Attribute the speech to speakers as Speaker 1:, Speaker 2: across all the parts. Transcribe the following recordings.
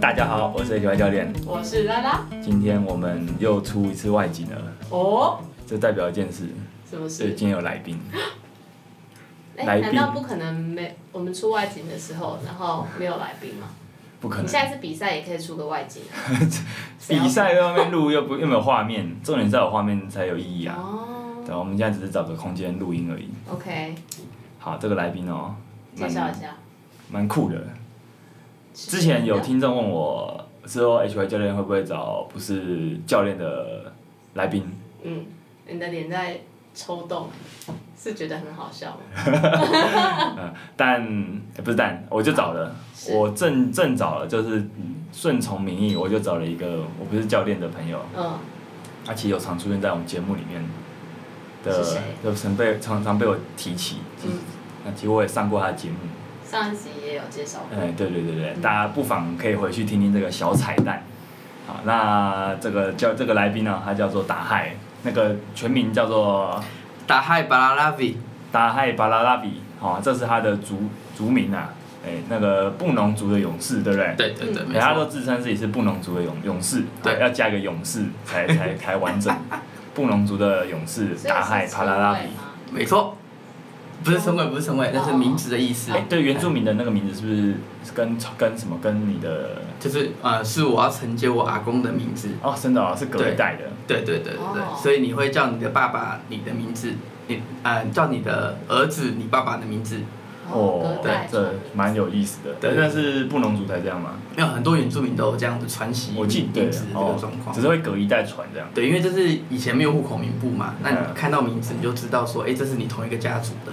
Speaker 1: 大家好，我是 H Y 教练，
Speaker 2: 我是拉拉。
Speaker 1: 今天我们又出一次外景了，
Speaker 2: 哦，
Speaker 1: 这代表一件事，
Speaker 2: 什么
Speaker 1: 是
Speaker 2: 事？
Speaker 1: 今天有来宾，
Speaker 2: 哎、
Speaker 1: 来
Speaker 2: 难
Speaker 1: 宾
Speaker 2: 道不可能没我们出外景的时候，然后没有来宾吗？
Speaker 1: 不可
Speaker 2: 你
Speaker 1: 能
Speaker 2: 下一次比赛也可以出个外景 啊。谁要
Speaker 1: 呃比赛在外面录又不又没有画面，重点是要有画面才有意义啊。
Speaker 2: 哦
Speaker 1: 对，我们现在只是找个空间录音而已。
Speaker 2: ，OK，
Speaker 1: 好，这个来宾哦，
Speaker 2: 介绍一
Speaker 1: 蛮
Speaker 2: 下。
Speaker 1: 蛮酷的。之前有听众问我说，H 哎 Y 教练会不会找不是教练的来宾？
Speaker 2: 嗯，你的脸在抽动，是觉得很好笑 吗？
Speaker 1: 但、欸不是但，我就找了，
Speaker 2: 啊是
Speaker 1: 我正正找了，就是顺从民意，我就找了一个我不是教练的朋友，
Speaker 2: 嗯，
Speaker 1: 他其实有常出现在我们节目里面的
Speaker 2: 是谁，
Speaker 1: 有曾被常常被我提起，
Speaker 2: 嗯
Speaker 1: 那其实我也上过他的节目，
Speaker 2: 上一集也有介绍过。
Speaker 1: 哎，对对对对，大家不妨可以回去听听这个小彩蛋。好，那这个叫这个来宾呢，他叫做达亥，那个全名叫做
Speaker 3: 打嗨巴拉拉比，
Speaker 1: 达亥巴拉拉比，好、这是他的族族名啊，哎，那个布农族的勇士，对不对？
Speaker 3: 对对对，没
Speaker 1: 大家都
Speaker 3: 错，
Speaker 1: 自称自己是布农族的勇勇士，
Speaker 3: 对
Speaker 1: 啊要加一个勇士才才才完整。布农族的勇士
Speaker 2: 所以
Speaker 1: 达亥
Speaker 2: 是
Speaker 1: 巴拉拉
Speaker 2: 称
Speaker 1: 比
Speaker 2: 谓，吗
Speaker 3: 没错，不是称谓，不是称谓，那是名字的意思
Speaker 1: 哎，，对原住民的那个名字是不是跟跟什么跟你的
Speaker 3: 就是呃，是我要承接我阿公的名字，
Speaker 1: 哦，真的哦，是隔一
Speaker 3: 对
Speaker 1: 代的。
Speaker 3: 对对对对
Speaker 2: 哦
Speaker 3: 对，所以你会叫你的爸爸你的名字，你呃叫你的儿子你爸爸的名字，
Speaker 1: 哦
Speaker 2: 哦，，隔代
Speaker 1: 这蛮有意思的。
Speaker 3: 对
Speaker 1: 但是布农族才这样吗？
Speaker 3: 没有很多原住民都有这样子传习
Speaker 1: 我
Speaker 3: 名
Speaker 1: 记
Speaker 3: 字
Speaker 1: 得
Speaker 3: 的这个状
Speaker 1: 哦，
Speaker 3: 况
Speaker 1: 只。是会隔一代传这样。
Speaker 3: 对，因为就是以前没有户口名簿嘛，那
Speaker 1: 嗯
Speaker 3: 你看到名字你就知道说，哎，这是你同一个家族的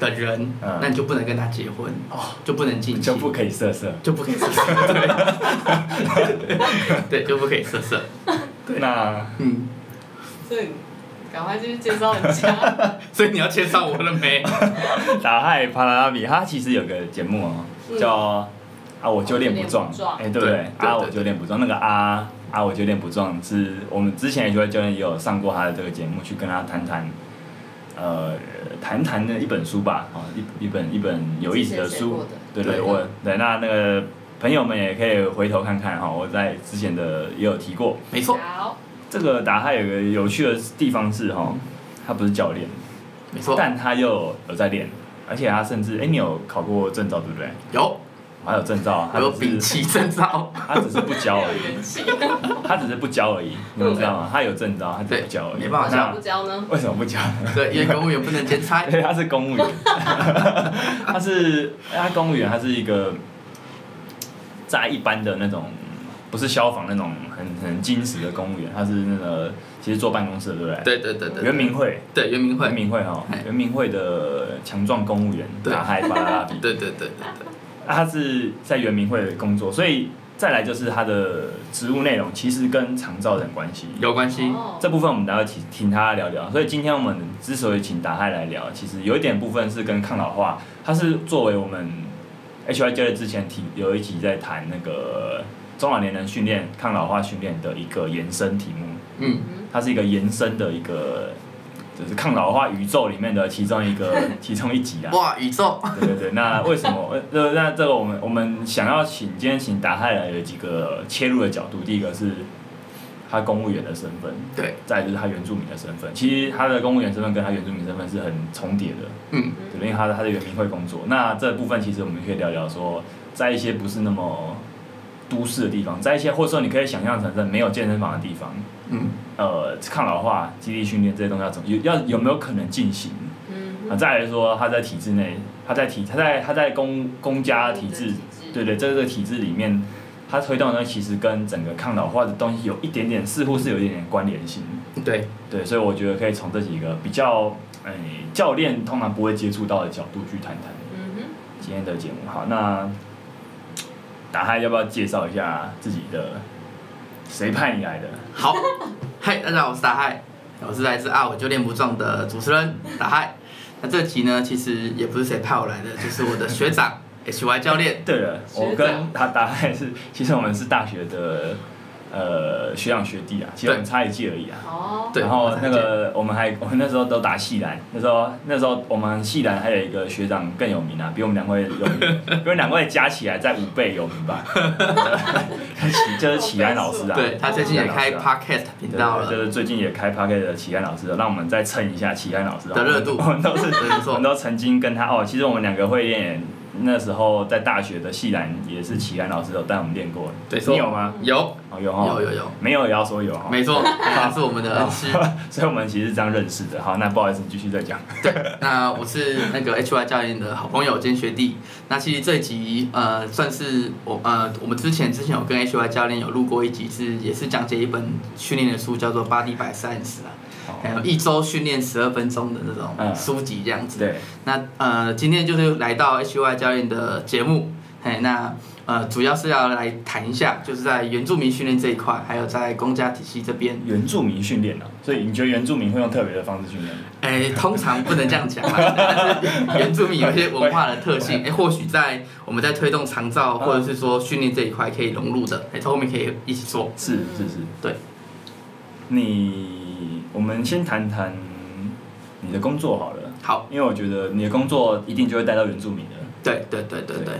Speaker 3: 的人
Speaker 1: 嗯，
Speaker 3: 那你就不能跟他结婚
Speaker 1: 哦，
Speaker 3: 就不能进
Speaker 1: 就
Speaker 3: 亲，
Speaker 1: 不可以色色。
Speaker 3: 就不可以色色，对， 对，就不可以色色。
Speaker 1: 那
Speaker 3: 嗯，
Speaker 2: 所以赶快去介绍人 家。
Speaker 3: 所以你要介绍我了没？
Speaker 1: 达亥帕拉拉比，他其实有个节目哦，
Speaker 2: 嗯
Speaker 1: 叫啊我就练不
Speaker 2: 我
Speaker 1: 壮
Speaker 2: 就练不，壮
Speaker 1: 哎，对不对
Speaker 3: 对？对
Speaker 1: 啊
Speaker 3: 对
Speaker 1: 我就练不壮，那个啊啊我就练不壮是我们之前 H Y 教练也有上过他的这个节目，去跟他谈谈，呃，谈谈的一本书吧，啊一一本一本有意思的
Speaker 2: 之前写过
Speaker 1: 书
Speaker 2: 的，
Speaker 1: 对对，
Speaker 3: 对
Speaker 1: 我对那那个朋友们也可以回头看看哈，我在之前的也有提过，
Speaker 3: 没错，
Speaker 2: 好，
Speaker 1: 这个达亥有个有趣的地方是哈，
Speaker 3: 嗯
Speaker 1: 他不是教练，
Speaker 3: 没错，
Speaker 1: 但他又有在练，而且他甚至哎、你有考过证照对不对？
Speaker 3: 有
Speaker 1: 还有证照啊，
Speaker 3: 我
Speaker 1: 他
Speaker 3: 有
Speaker 1: 只
Speaker 3: 摒
Speaker 1: 是
Speaker 3: 弃 证照，
Speaker 1: 他只是不教
Speaker 2: 很
Speaker 1: 而
Speaker 2: 有
Speaker 1: 已，
Speaker 2: 元气。
Speaker 1: 他只是不教 而已，你们知道吗？他有证照，他只是不教而已。
Speaker 3: 对没办
Speaker 2: 为
Speaker 3: 好法
Speaker 2: 什么
Speaker 1: 那
Speaker 2: 不教呢？
Speaker 1: 为什么不教？
Speaker 3: 对，因为公务员不能兼差，
Speaker 1: 因为他是公务员， 他是他公务员，他是一个在一般的那种，不是消防那种很很矜持的公务员，他是那个其实坐办公室的，对不对？
Speaker 3: 对对对对，
Speaker 1: 圆明会，
Speaker 3: 对圆明
Speaker 1: 圆
Speaker 3: 会，
Speaker 1: 明会哈
Speaker 3: 哎，
Speaker 1: 圆明会的强壮公务员
Speaker 3: 对
Speaker 1: 打嗨巴拉拉比，
Speaker 3: 对对对对对，
Speaker 1: 啊他是在圆明会工作，所以再来就是他的职务内容其实跟长照人关系。
Speaker 3: 有关系，
Speaker 2: 哦
Speaker 1: 这部分我们待会请请他聊聊。所以今天我们之所以请达嗨来聊，其实有一点部分是跟抗老化，他是作为我们 H Y 教练之前提有一集在谈那个中老年人训练抗老化训练的一个延伸题目，
Speaker 3: 嗯，
Speaker 1: 它是一个延伸的一个。就是抗老化宇宙里面的其中一个其中一集啊，
Speaker 3: 哇，宇宙，
Speaker 1: 对对对，那为什么？ 呃，那那这个我们我们想要请今天请达泰来有几个切入的角度，第一个是他公务员的身份，
Speaker 3: 对，
Speaker 1: 再来就是他原住民的身份。其实他的公务员身份跟他原住民身份是很重叠的，
Speaker 3: 嗯，
Speaker 1: 对，因为他他在原民会工作。那这部分其实我们可以聊聊说，在一些不是那么都市的地方，在一些或者说你可以想象成是没有健身房的地方，
Speaker 3: 嗯，
Speaker 1: 呃，抗老化、肌力训练这些东西要怎么有要有没有可能进行？
Speaker 2: 嗯
Speaker 1: 啊，再来说他在体制内，他在体他在他在公公家体制，对对，这个体制里面，他推动的东西其实跟整个抗老化的东西有一点点，似乎是有一点点关联性。
Speaker 3: 对，
Speaker 1: 对，所以我觉得可以从这几个比较，哎、教练通常不会接触到的角度去谈谈
Speaker 2: 嗯哼。
Speaker 1: 今天的节目。好，那打嗨要不要介绍一下自己的？谁派你来的？
Speaker 3: 好，嗨，大家好，我是大嗨，我是来自啊我就练不壮的主持人大嗨。那这集呢，其实也不是谁派我来的，就是我的 学长 H Y 教练，
Speaker 1: 对了，我
Speaker 2: 学
Speaker 1: 跟
Speaker 2: 长
Speaker 1: 他打嗨是，其实我们是大学的呃学长学弟啊，其实我们差一届而已啊。
Speaker 2: 哦，
Speaker 3: 对
Speaker 1: 然后那个我们还我们那时候都打系篮，那时候那时候我们系篮还有一个学长更有名啊，比我们两位有 名，比我们两位加起来在五倍有名吧。启就是启安老师啊，
Speaker 3: 对他最近也开
Speaker 1: 启安老师啊
Speaker 3: podcast 频道
Speaker 1: 对就
Speaker 3: 了，
Speaker 1: 是最近也开 p a r k e 的启安老师，让我们再蹭一下启安老师
Speaker 3: 的热度
Speaker 1: 我们都是
Speaker 3: 对没
Speaker 1: 我
Speaker 3: 错
Speaker 1: 们，都曾经跟他哦，其实我们两个会练，那时候在大学的系篮也是启安老师有带我们练过。
Speaker 3: 对
Speaker 1: 你有吗？
Speaker 3: 有
Speaker 1: 哦，有哦，
Speaker 3: 有有有，
Speaker 1: 没有也要说有 哈。
Speaker 3: 没错，他是我们的老 师。
Speaker 1: 所以我们其实是这样认识的。好，那不好意思，你继续再 讲。
Speaker 3: 那我是那个 HY 教练的好朋友兼学弟。那其实这一集呃算是我呃我们之前之前有跟 HY 教练有录过一集是也是讲解一本训练的书，叫做《八 y 百三十》啊，还有一周训练十二分钟的那种
Speaker 1: 哦嗯
Speaker 3: 书籍这样子。
Speaker 1: 对，
Speaker 3: 那呃，今天就是来到 HY 教练的节目，嘿，那呃，主要是要来谈一下，就是在原住民训练这一块，还有在公家体系这边，
Speaker 1: 原住民训练啊，所以你觉得原住民会用特别的方式训练吗？
Speaker 3: 哎、通常不能这样讲啦，但是 原住民有一些文化的特性，哎、或许在我们在推动长照或者是说训练这一块可以融入的，哎、这后面可以一起做。
Speaker 1: 是是是，
Speaker 3: 对。
Speaker 1: 你，我们先谈谈你的工作好了，
Speaker 3: 好，
Speaker 1: 因为我觉得你的工作一定就会带到原住民的。
Speaker 3: 对对对对对，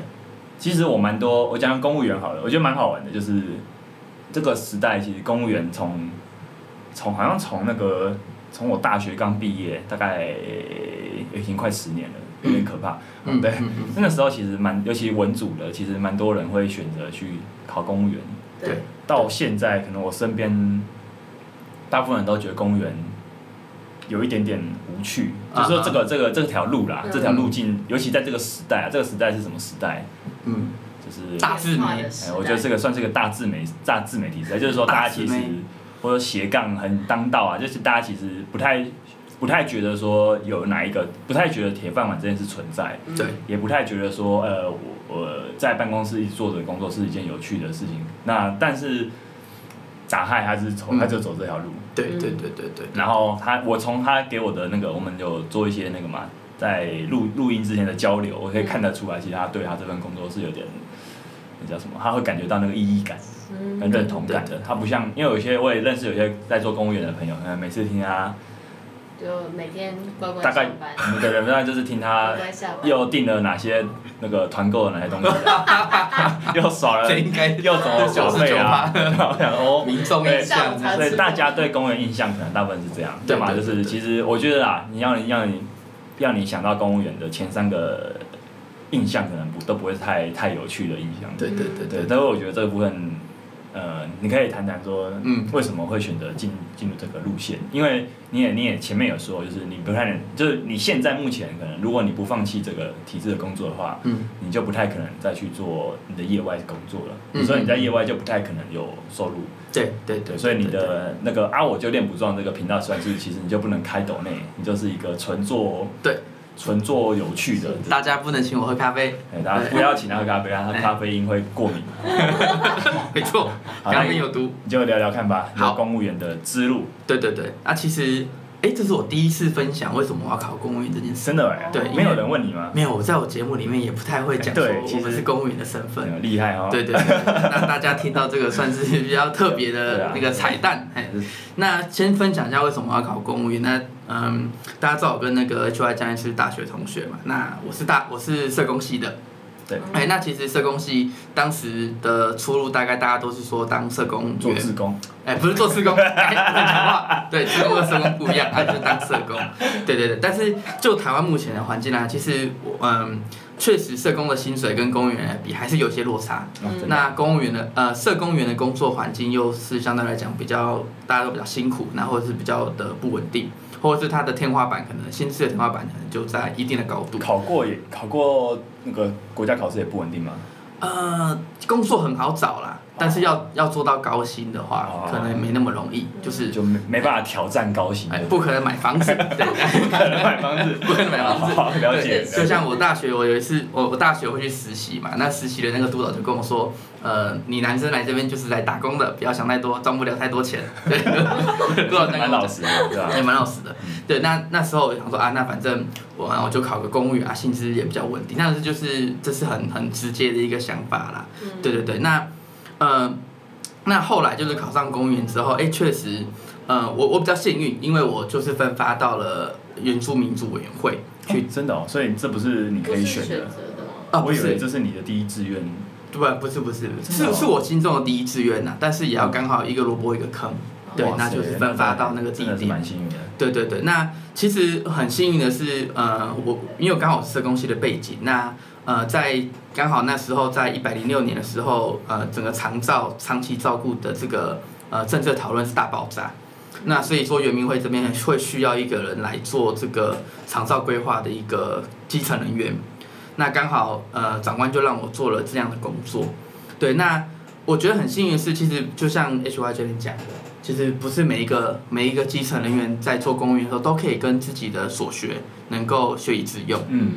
Speaker 1: 其实我蛮多，我讲公务员好了，我觉得蛮好玩的，就是这个时代，其实公务员从从好像从那个从我大学刚毕业，大概已经快十年了，有点可怕。哦
Speaker 3: 嗯，
Speaker 1: 对
Speaker 3: 嗯嗯
Speaker 1: 那个时候其实蛮，尤其文组的，其实蛮多人会选择去考公务员。
Speaker 3: 对，
Speaker 1: 到现在，可能我身边大部分人都觉得公务员有一点点无趣，就是
Speaker 3: 啊
Speaker 1: 说这个这个这条路啦，
Speaker 2: 嗯
Speaker 1: 这条路径，尤其在这个时代啊，这个时代是什么时代？
Speaker 3: 嗯，
Speaker 1: 就是
Speaker 3: 大自媒
Speaker 2: 变化的时
Speaker 1: 哎，
Speaker 2: 代
Speaker 1: 我觉得这个算是个大自媒大自媒体时代，就是说大家其实
Speaker 3: 大自媒
Speaker 1: 或者斜杠很当道啊，就是大家其实不太不太觉得说有哪一个，不太觉得铁饭碗这件事存在，
Speaker 2: 嗯
Speaker 3: 对，
Speaker 1: 也不太觉得说呃我我在办公室一直做着工作是一件有趣的事情。那但是打害他是走
Speaker 3: 嗯
Speaker 1: 他就走这条路，
Speaker 3: 对对对对对，
Speaker 1: 然后他我从他给我的那个我们有做一些那个嘛。在录录音之前的交流，我可以看得出来，其实他对他这份工作是有点，那叫什么？他会感觉到那个意义感。
Speaker 2: 嗯
Speaker 1: 跟认同感的。他不像，因为有些我也认识有些在做公务员的朋友，可能每次听他，
Speaker 2: 就每天乖乖
Speaker 1: 大概
Speaker 2: 上班，
Speaker 1: 我们的人那就是听他
Speaker 2: 乖乖下班，
Speaker 1: 又订了哪些那个团购的哪些东西啊， 又少了
Speaker 3: 这应该
Speaker 1: 又怎么小费啊？ 然后我想哦，
Speaker 3: 民众印象
Speaker 2: 下午茶
Speaker 1: 所以大家对公务员印象可能大部分是这样，
Speaker 3: 啊对
Speaker 1: 对嘛？
Speaker 3: 对
Speaker 1: 就
Speaker 3: 对
Speaker 1: 是
Speaker 3: 对
Speaker 1: 其实我觉得啊，你要你要你要你想到公务员的前三个印象，可能不都不会太太有趣的印象。
Speaker 3: 对对对
Speaker 1: 对，
Speaker 3: 对对，
Speaker 1: 但是我觉得这个部分，呃，你可以谈谈说，
Speaker 3: 嗯
Speaker 1: 嗯，为什么会选择进进入这个路线？因为你也你也前面有说，就是你不太能，就是你现在目前可能，如果你不放弃这个体制的工作的话，
Speaker 3: 嗯，
Speaker 1: 你就不太可能再去做你的业外工作了。
Speaker 3: 嗯
Speaker 1: 所以你在业外就不太可能有收入，
Speaker 3: 对对对，
Speaker 1: 对，所以你
Speaker 3: 对对
Speaker 1: 的那个啊，我就练不壮这个频道算是，其实你就不能开抖内，你就是一个纯做
Speaker 3: 对
Speaker 1: 纯做有趣的，
Speaker 3: 对大家不能请我喝咖 啡，
Speaker 1: 哎大家不要请他喝咖啡啊，
Speaker 3: 哎
Speaker 1: 他咖啡因会过敏。
Speaker 3: 没错，
Speaker 1: 好
Speaker 3: 咖啡有毒。
Speaker 1: 你就聊聊看吧，你
Speaker 3: 好
Speaker 1: 的公务员的之路，
Speaker 3: 对对对，那其实，哎，这是我第一次分享为什么我要考公务员这件事。
Speaker 1: 真的哎、
Speaker 3: 对因为
Speaker 1: 没有人问你吗？
Speaker 3: 没有，我在我节目里面也不太会讲说
Speaker 1: 对其实
Speaker 3: 我们是公务员的身份。
Speaker 1: 很厉害哦。
Speaker 3: 对对对，那 大家听到这个算是比较特别
Speaker 1: 啊
Speaker 3: 的那个彩蛋。哎、
Speaker 1: 是
Speaker 3: 那先分享一下为什么要考公务员。那嗯，大家知道我跟那个 HY 教练是大学同学嘛？那我是大我是社工系的。
Speaker 1: 对
Speaker 3: 哎、那其实社工系当时的出路大概大家都是说当社工
Speaker 1: 做
Speaker 3: 员
Speaker 1: 志工，
Speaker 3: 哎、不是做社工， 哎不能讲话，对，社工跟社工不一样，他就是当社工，对对对。但是就台湾目前的环境呢、其实我嗯，确实社工的薪水跟公务员来比还是有些落差。
Speaker 1: 哦
Speaker 2: 嗯
Speaker 1: 真的
Speaker 3: 那公务员的呃，社工员的工作环境又是相对来讲比较大家都比较辛苦，然后是比较的不稳定，或者是他的天花板可能薪资的天花板可能就在一定的高度。
Speaker 1: 考过也考过那个国家考试也不稳定吗？
Speaker 3: 呃，工作很好找啦，但是要要做到高薪的话，
Speaker 1: 哦
Speaker 3: 可能没那么容易，就是。
Speaker 1: 就没没办法挑战高薪，
Speaker 3: 哎，不可能买房 子，对，
Speaker 1: 可能买房子，
Speaker 3: 不可能买房子。
Speaker 1: 好了解，
Speaker 3: 对，
Speaker 1: 了
Speaker 3: 就
Speaker 1: 解
Speaker 3: 像我大学，我有一次，我我大学会去实习嘛，那实习的那个督导就跟我说，呃，你男生来这边就是来打工的，不要想太多，赚不了太多钱。 对，督导这
Speaker 1: 蛮
Speaker 3: 样跟我
Speaker 1: 老
Speaker 3: 讲。
Speaker 1: 实的，对吧？
Speaker 3: 也蛮老实的，对，那那时候我想说啊，那反正我我就考个公务员啊，薪资也比较稳定，但是就是这是很很直接的一个想法啦，
Speaker 2: 嗯
Speaker 3: 对对对，那呃，那后来就是考上公务员之后，哎，确实，呃，我我比较幸运，因为我就是分发到了原住民族委员会去，
Speaker 1: 真的哦，所以这不是你可
Speaker 2: 不
Speaker 1: 以
Speaker 2: 是
Speaker 1: 选
Speaker 2: 选
Speaker 1: 的
Speaker 2: 择。的吗？
Speaker 3: 啊，
Speaker 1: 我
Speaker 3: 不
Speaker 1: 以为
Speaker 3: 是，
Speaker 1: 这是你的第一志愿，
Speaker 3: 对，不是不是，
Speaker 1: 真的
Speaker 3: 是
Speaker 1: 哦
Speaker 3: 是我心中的第一志愿呐、但是也要刚好一个萝卜一个坑，对
Speaker 1: 哇，塞
Speaker 3: 那就是分发到那个地
Speaker 1: 真的是
Speaker 3: 点。
Speaker 1: 蛮幸运的。
Speaker 3: 对对对，那其实很幸运的是，呃，我因为我刚好是社工系的背景，那呃，在刚好那时候在一百零六年的时候，呃，整个长照长期照顾的这个呃政策讨论是大爆炸，那所以说圆明会这边会需要一个人来做这个长照规划的一个基层人员，那刚好呃长官就让我做了这样的工作，对，那我觉得很幸运的是，其实就像 H Y 这边讲的。其实不是每一个每一个基层人员在做公务员的时候，都可以跟自己的所学能够学以致用，
Speaker 1: 嗯，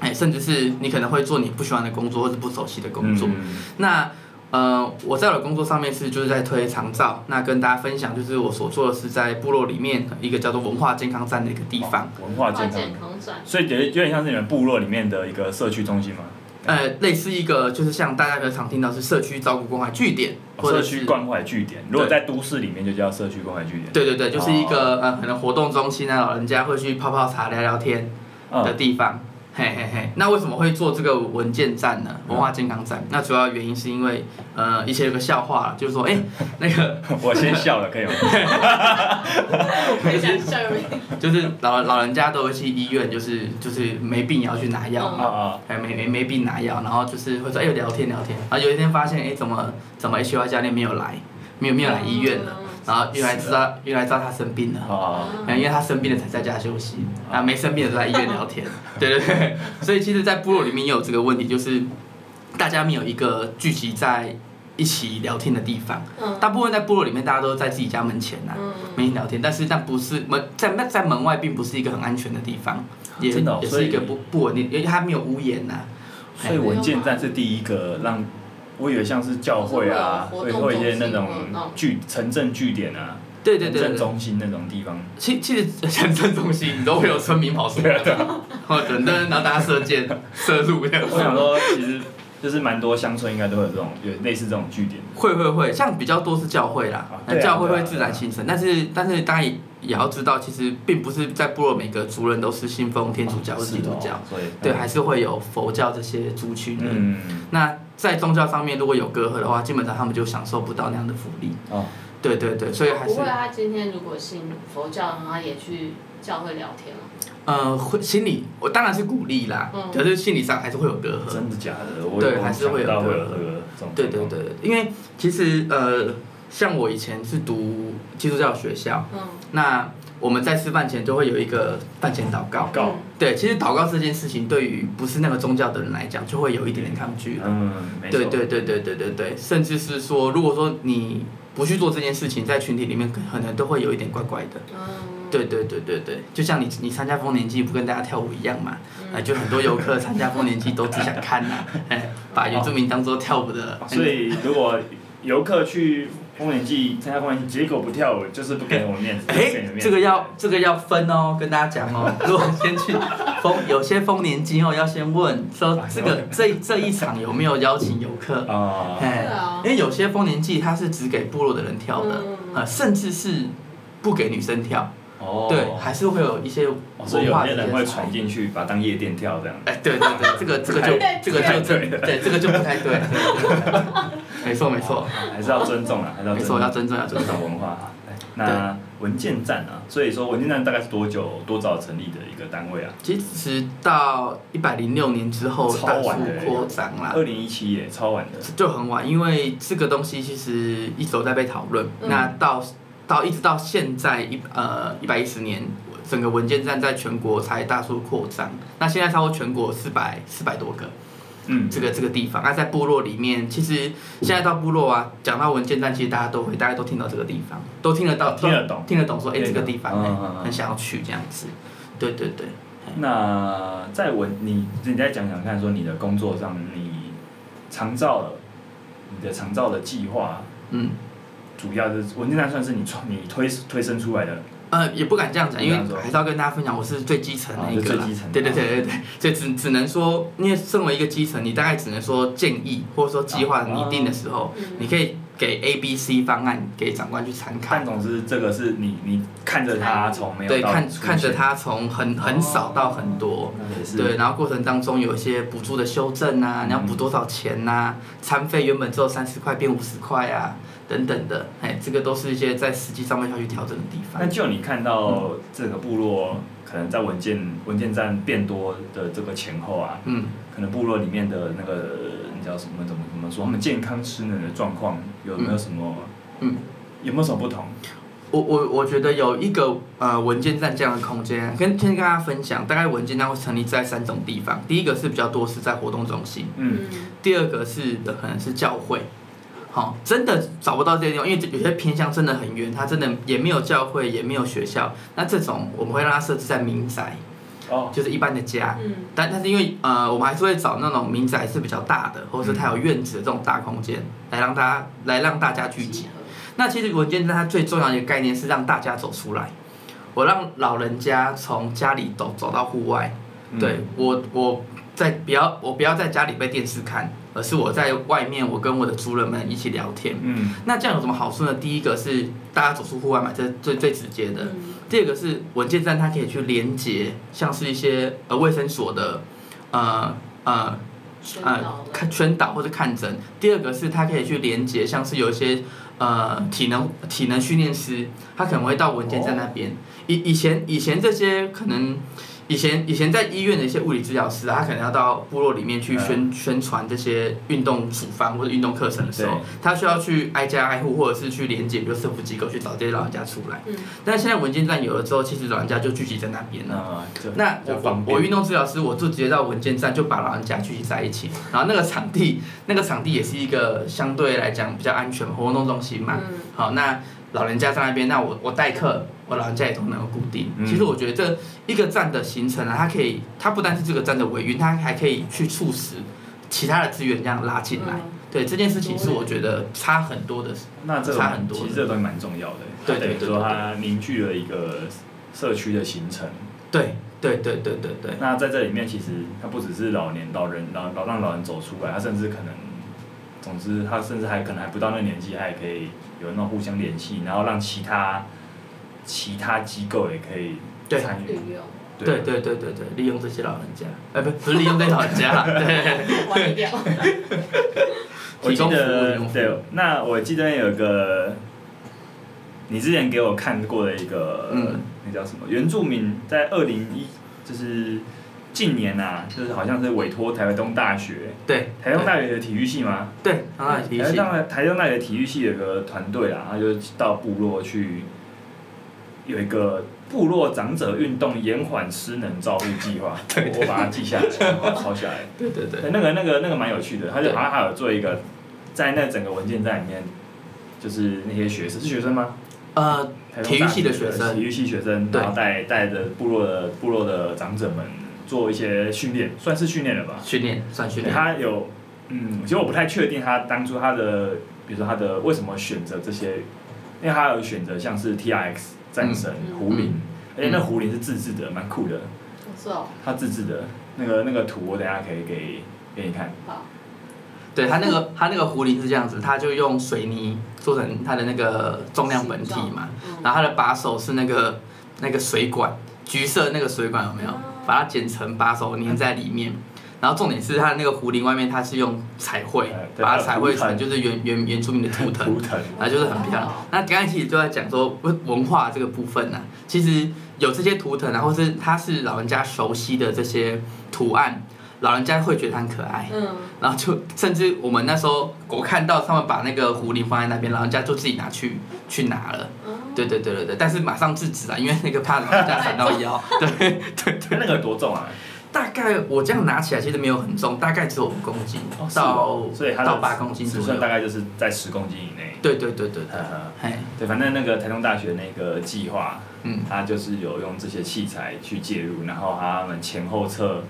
Speaker 3: 哎，甚至是你可能会做你不喜欢的工作或者不熟悉的工作。
Speaker 1: 嗯
Speaker 3: 那呃，我在我的工作上面是就是在推长照，那跟大家分享就是我所做的是在部落里面一个叫做文化健康站的一个地方，
Speaker 1: 文化健康，
Speaker 2: 健康转，
Speaker 1: 所以有有点像是你们部落里面的一个社区中心嘛，
Speaker 3: 呃，类似一个就是像大家比较常听到是社区照顾关怀据点，或
Speaker 1: 哦社
Speaker 3: 者
Speaker 1: 区
Speaker 3: 是
Speaker 1: 关怀据点。如果在都市里面就叫社区关怀据点。
Speaker 3: 对对对，就是一
Speaker 1: 哦
Speaker 3: 个、呃可能活动中心啊，老人家会去泡泡茶聊聊天。的
Speaker 1: 嗯，
Speaker 3: 地方。嘿嘿嘿，那为什么会做这个文件站呢？
Speaker 1: 嗯
Speaker 3: 文化健康站，那主要原因是因为，呃，以前有个笑话，就是说，哎、那个
Speaker 1: 我 先笑了，可以吗？
Speaker 3: 哦
Speaker 2: 很想笑有没有？
Speaker 3: 就是老老人家都会去医院，就是就是没病也要去拿药
Speaker 1: 啊
Speaker 3: 嘛，
Speaker 1: 啊，
Speaker 3: 哎、没没没病拿药，然后就是会说，哎、聊天聊天，然后有一天发现，哎、怎么怎么 H Y 教练没有来，没有没有来医院了，然后原来知道原来知道他生病了。
Speaker 1: 啊，
Speaker 3: 那因为他生病了才在家休息，啊，没生病的时候在医院聊天，对对对，所以其实，在部落里面也有这个问题，就是大家没有一个聚集在一起聊天的地方。
Speaker 2: 嗯
Speaker 3: 大部分在部落里面，大家都在自己家门前啊呐、
Speaker 2: 嗯
Speaker 3: 每天聊天，但是但不是门在那在门外，并不是一个很安全的地方，也
Speaker 1: 真的哦
Speaker 3: 也
Speaker 1: 所
Speaker 3: 是
Speaker 1: 以
Speaker 3: 一个不不稳定，因为它没有屋檐呐、哎
Speaker 1: 所以文件站是第一个让，我以为像是教会啊，
Speaker 2: 就
Speaker 1: 会
Speaker 2: 是会有活动
Speaker 1: 会一些那种
Speaker 2: 中心嗯
Speaker 1: 据城镇据点啊，
Speaker 3: 对对
Speaker 1: 城
Speaker 3: 对对
Speaker 1: 镇
Speaker 3: 对，
Speaker 1: 中心那种地方。
Speaker 3: 其其实城镇中心都会有村民跑出 来，
Speaker 1: 啊
Speaker 3: 哦等等，然后大家射箭射入这样 子
Speaker 1: 我想说，其实就是蛮多乡村应该都有这种有类似这种据点。
Speaker 3: 会会会，像比较多是教会啦
Speaker 1: 啊，
Speaker 3: 那、
Speaker 1: 对啊
Speaker 3: 教会
Speaker 1: 对啊
Speaker 3: 会自然形成，但是但是大家也也要知道，其实并不是在部落每个族人都是信奉天主教或基督教，
Speaker 1: 是哦所以
Speaker 3: 对，还是会有佛教这些族群的。
Speaker 1: 嗯
Speaker 3: 那在宗教上面如果有隔阂的话，基本上他们就享受不到那样的福利。
Speaker 1: 哦，
Speaker 3: 对对对，所以还
Speaker 2: 不
Speaker 3: 是
Speaker 2: 会啊，他今天如果信佛教，然后他也去教会聊天了，
Speaker 3: 呃，会心理我当然是鼓励啦，
Speaker 2: 嗯
Speaker 3: 可是心理上还是会有隔阂。
Speaker 1: 呃真的假的？我
Speaker 3: 对还是会
Speaker 1: 有
Speaker 3: 有
Speaker 1: 到会有
Speaker 3: 的
Speaker 1: 这个这种
Speaker 3: 对对对，因为其实呃，像我以前是读基督教学校，
Speaker 2: 嗯，
Speaker 3: 那我们在吃饭前就会有一个饭前祷告
Speaker 1: 祷。告，
Speaker 3: 对，其实祷告这件事情对于不是那个宗教的人来讲，就会有一点点抗拒。
Speaker 1: 嗯，没错，
Speaker 3: 对对对对对对对，甚至是说，如果说你不去做这件事情，在群体里面可能都会有一点怪怪的。
Speaker 2: 嗯，
Speaker 3: 对对对对对，就像你你参加丰年祭不跟大家跳舞一样嘛，
Speaker 2: 嗯
Speaker 3: 啊，就很多游客参加丰年祭都只想看呐、哎，把原住民当做跳舞的。
Speaker 1: 哦所以如果游客去丰年祭参加丰年祭，结果不跳舞，就是不给我们面 子。不给你
Speaker 3: 哎
Speaker 1: 们，面子
Speaker 3: 这个要这个要分哦，跟大家讲哦。如果先去丰，有些丰年今后要先问
Speaker 1: 哎
Speaker 3: 说这个这这一场有没有邀请游客，
Speaker 1: 啊，
Speaker 3: 哎
Speaker 2: 对啊，
Speaker 3: 因为有些丰年祭它是只给部落的人跳的
Speaker 2: 嗯嗯，嗯
Speaker 3: 呃，甚至是不给女生跳，
Speaker 1: 哦，
Speaker 3: 对，还是会有一些
Speaker 1: 哦所以
Speaker 3: 文
Speaker 1: 有
Speaker 3: 化的
Speaker 1: 些
Speaker 3: 一
Speaker 1: 人
Speaker 3: 些
Speaker 1: 会
Speaker 3: 差
Speaker 1: 传
Speaker 3: 异。
Speaker 1: 进去，把它当夜店跳这样。
Speaker 3: 哎，对对对，这个这个 就这个就对这个就不太对， 没错没错，
Speaker 1: 还是要尊重啊，还是要
Speaker 3: 没
Speaker 1: 尊
Speaker 3: 错
Speaker 1: 重，
Speaker 3: 要尊重要尊重
Speaker 1: 重文化啊。哎那文件站啊，所以说文件站大概是多久、多早成立的一个单位啊？
Speaker 3: 其实到一百零六年之后
Speaker 1: 超
Speaker 3: 大
Speaker 1: 晚
Speaker 3: 幅
Speaker 1: 的
Speaker 3: 扩张啦，
Speaker 1: 二零一七耶，超晚的。
Speaker 3: 就很晚，因为这个东西其实一直都在被讨论。
Speaker 2: 嗯
Speaker 3: 那到到一直到现在一呃一百一十年，整个文件站在全国才大数扩张。那现在超过全国四百四百多个
Speaker 1: 嗯，
Speaker 3: 这个这个地方。那在部落里面，其实现在到部落啊，讲到文件站，其实大家都会大家都听到这个地方，都听得到
Speaker 1: 哦听得懂
Speaker 3: 听得懂说哎、这个地方、
Speaker 1: 嗯
Speaker 3: 哎
Speaker 1: 嗯嗯
Speaker 3: 很想要去这样子。对对对。
Speaker 1: 那在文你你再讲讲看，说你的工作上你长照了，你的长照的计划，
Speaker 3: 嗯，
Speaker 1: 主要是文件站算是你创你推推生出来的，
Speaker 3: 呃，也不敢这样讲，因
Speaker 1: 不敢说
Speaker 3: 为还是要跟大家分享，我是最基层的一
Speaker 1: 啊
Speaker 3: 个啦
Speaker 1: 就最基层的
Speaker 3: 对对对对对，所以只只能说，因为身为一个基层，你大概只能说建议或者说计划
Speaker 1: 啊
Speaker 3: 拟定的时候，
Speaker 2: 嗯
Speaker 3: 你可以给 A、B、C 方案给长官去参考
Speaker 1: 看，。总之这个是你你看着他从没有
Speaker 3: 对，
Speaker 1: 到
Speaker 3: 看
Speaker 1: 出
Speaker 3: 看着
Speaker 1: 现，哦
Speaker 3: 它从很很少到很多。
Speaker 1: 那也是嗯
Speaker 3: 对，然后过程当中有一些补助的修正啊，你要补多少钱呐、餐费原本只有三十块变五十块啊，等等的，哎，这个都是一些在实际上面要去调整的地方
Speaker 1: 那。就你看到这个部落可能在文件文件站变多的这个前后啊，
Speaker 3: 嗯，
Speaker 1: 可能部落里面的那个你叫什么怎么怎么说，他们健康失能的状况有没有什么？
Speaker 3: 嗯，
Speaker 1: 有没有什么不同？
Speaker 3: 我我我觉得有一个呃文件站这样的空间，跟先跟大家分享，大概文件站会成立在三种地方，第一个是比较多是在活动中心，
Speaker 1: 嗯，
Speaker 3: 第二个是的可能是教会，好、真的找不到这些地方，因为有些偏乡真的很远，它真的也没有教会，也没有学校，那这种我们会让它设置在民宅，
Speaker 1: 哦，
Speaker 3: 就是一般的家。
Speaker 2: 嗯
Speaker 3: 但但是因为呃，我们还是会找那种民宅是比较大的，或者是它有院子的这种大空间，来让大家来让大家聚集。那其实文件站它最重要的一个概念是让大家走出来，我让老人家从家里走走到户外。
Speaker 1: 嗯
Speaker 3: 对，我，我在不要我不要在家里被电视看，而是我在外面，我跟我的族人们一起聊天。
Speaker 1: 嗯，
Speaker 3: 那这样有什么好处呢？第一个是大家走出户外嘛，这是最最直接的。
Speaker 2: 嗯
Speaker 3: 第二个是文件站，它可以去连接，像是一些呃卫生所的，呃呃
Speaker 2: 宣导
Speaker 3: 呃
Speaker 2: 了
Speaker 3: 看宣导或者看诊。第二个是它可以去连接，像是有一些呃体能体能训练师，他可能会到文件站那边。以以前以前这些可能。以前以前在医院的一些物理治疗师啊，他可能要到部落里面去宣、宣传这些运动处方或者运动课程的时候
Speaker 1: 对，
Speaker 3: 他需要去挨家挨户，或者是去连接，比如社福机构去找这些老人家出来。
Speaker 2: 嗯
Speaker 3: 但现在文件站有了之后，其实老人家就聚集在那边了。
Speaker 1: 嗯那这比
Speaker 3: 那我
Speaker 1: 较方
Speaker 3: 我
Speaker 1: 便
Speaker 3: 我运动治疗师，我就直接到文件站就把老人家聚集在一起，然后那个场地那个场地也是一个相对来讲比较安全的活动中心嘛。
Speaker 2: 嗯
Speaker 3: 好，那老人家在那边，那我我代课，我老人家也都能够固定。
Speaker 1: 嗯
Speaker 3: 其实我觉得这一个站的形成啊，它可以，它不单是这个站的维运，它还可以去促使其他的资源这样拉进来。
Speaker 2: 嗯
Speaker 3: 对这件事情是我觉得差很多的。
Speaker 1: 那这
Speaker 3: 差
Speaker 1: 个
Speaker 3: 很多
Speaker 1: 其实这个东西蛮重要的，它
Speaker 3: 对对
Speaker 1: 等于
Speaker 3: 对
Speaker 1: 说
Speaker 3: 对
Speaker 1: 它凝聚了一个社区的形成。
Speaker 3: 对对对对对对。
Speaker 1: 那在这里面，其实它不只是老年老人老老让老人走出来，他甚至可能，总之他甚至还可能还不到那个年纪，他也可以有那种互相联系，然后让其他其他机构也可以
Speaker 3: 对
Speaker 1: 参与。
Speaker 2: 利用
Speaker 3: 对对对对对，利用这些老人家，哎、不不是利用这些老人家啦， 对，
Speaker 2: 歪掉，
Speaker 1: 我记得
Speaker 3: 提供服务，提供服务
Speaker 1: 对，那我记得有个你之前给我看过的一个，
Speaker 3: 嗯
Speaker 1: 那叫什么？原住民在二零一就是近年啊，就是好像是委托台东大学，
Speaker 3: 对，
Speaker 1: 台东大学的体育系吗？
Speaker 3: 对，然后提
Speaker 1: 台
Speaker 3: 醒，
Speaker 1: 大台中那里的体育系有个团队啦，他就到部落去，有一个部落长者运动延缓失能照护计 划，我我把它记下来，我把它抄下来。
Speaker 3: 对对对
Speaker 1: 对，那个那个那个蛮有趣的，他就
Speaker 3: 对
Speaker 1: 好像还有做一个，在那整个文件站里面，就是那些学生是学生吗？
Speaker 3: 呃，
Speaker 1: 台中
Speaker 3: 体育系的
Speaker 1: 大
Speaker 3: 学生
Speaker 1: 体育系学生，
Speaker 3: 对
Speaker 1: 然后带带着部落的部落的长者们做一些训练，算是训练了吧？
Speaker 3: 训练算训
Speaker 1: 对
Speaker 3: 练，
Speaker 1: 他有，嗯，其实我不太确定他当初他的，比如说他的为什么选择这些，因为他有选择像是 T R X 战神、
Speaker 2: 嗯
Speaker 1: 胡林
Speaker 3: 嗯，
Speaker 1: 而且那胡林是自制的，蛮酷的，
Speaker 2: 不错，
Speaker 1: 他自制的那个那个图，我等一下可以给给你看。
Speaker 2: 好，
Speaker 3: 对他那个他那个狐狸是这样子，他就用水泥做成他的那个重量本体嘛，
Speaker 2: 嗯
Speaker 3: 然后他的把手是那个那个水管，橘色那个水管有没有
Speaker 2: 哦？
Speaker 3: 把它剪成把手粘在里面。然后重点是它的那个狐狸外面，它是用彩绘
Speaker 1: 呃，对
Speaker 3: 把
Speaker 1: 还
Speaker 3: 它
Speaker 1: 有
Speaker 3: 彩绘
Speaker 1: 图腾
Speaker 3: 成就是原原原住民的图腾
Speaker 1: 图，腾，
Speaker 3: 啊，就是很漂亮
Speaker 2: 哦。
Speaker 3: 那刚才其实就在讲说文文化这个部分呢、其实有这些图腾啊，然后是它是老人家熟悉的这些图案，老人家会觉得它很可爱。
Speaker 2: 嗯，
Speaker 3: 然后就甚至我们那时候我看到他们把那个狐狸放在那边，老人家就自己拿去去拿了。
Speaker 2: 嗯
Speaker 3: 对对对对对，但是马上制止啊，因为那个怕老人家闪到 腰。对对对，
Speaker 1: 那个有多重啊？
Speaker 3: 大概我这样拿起来其实没有很重，大概只有五公斤
Speaker 1: 哦是
Speaker 3: 到
Speaker 1: 哦所以它的
Speaker 3: 到八公斤
Speaker 1: 尺
Speaker 3: 左
Speaker 1: 寸
Speaker 3: 右
Speaker 1: 大。概就是在十公斤以内。
Speaker 3: 对对对对对
Speaker 1: 呵，呵
Speaker 3: 哎，
Speaker 1: 对，反正那个台中大学那个计划，
Speaker 3: 嗯，
Speaker 1: 他就是有用这些器材去介入，然后他们前后侧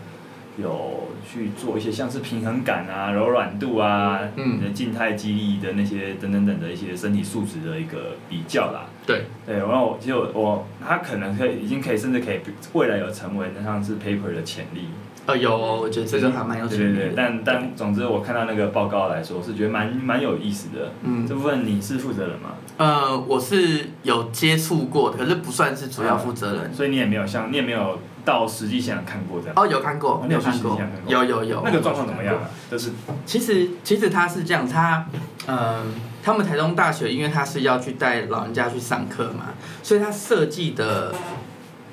Speaker 1: 有去做一些像是平衡感啊、柔软度啊、
Speaker 3: 嗯
Speaker 1: 你的静态肌力的那些等等等的一些身体素质的一个比较啦。
Speaker 3: 对，
Speaker 1: 对，然后我其实我我他可能可以已经可以甚至可以未来有成为那像是 paper 的潜力，
Speaker 3: 呃，有哦，我觉得这个还蛮有
Speaker 1: 对
Speaker 3: 趣
Speaker 1: 对
Speaker 3: 的。
Speaker 1: 对，但但总之我看到那个报告来说，我是觉得蛮蛮有意思的。
Speaker 3: 嗯
Speaker 1: 这部分你是负责人嘛，
Speaker 3: 呃，我是有接触过的，可是不算是主要负责人。
Speaker 1: 所以你也没有像你也没有到实际现场看过这样。
Speaker 3: 哦，有看过
Speaker 1: 哦，你有
Speaker 3: 有
Speaker 1: 去
Speaker 3: 看
Speaker 1: 实际
Speaker 3: 过
Speaker 1: 上看，过
Speaker 3: 有有有。
Speaker 1: 那个状况怎么样啊？就是
Speaker 3: 其实其实他是这样，他呃，他们台中大学，因为他是要去带老人家去上课嘛，所以他设计的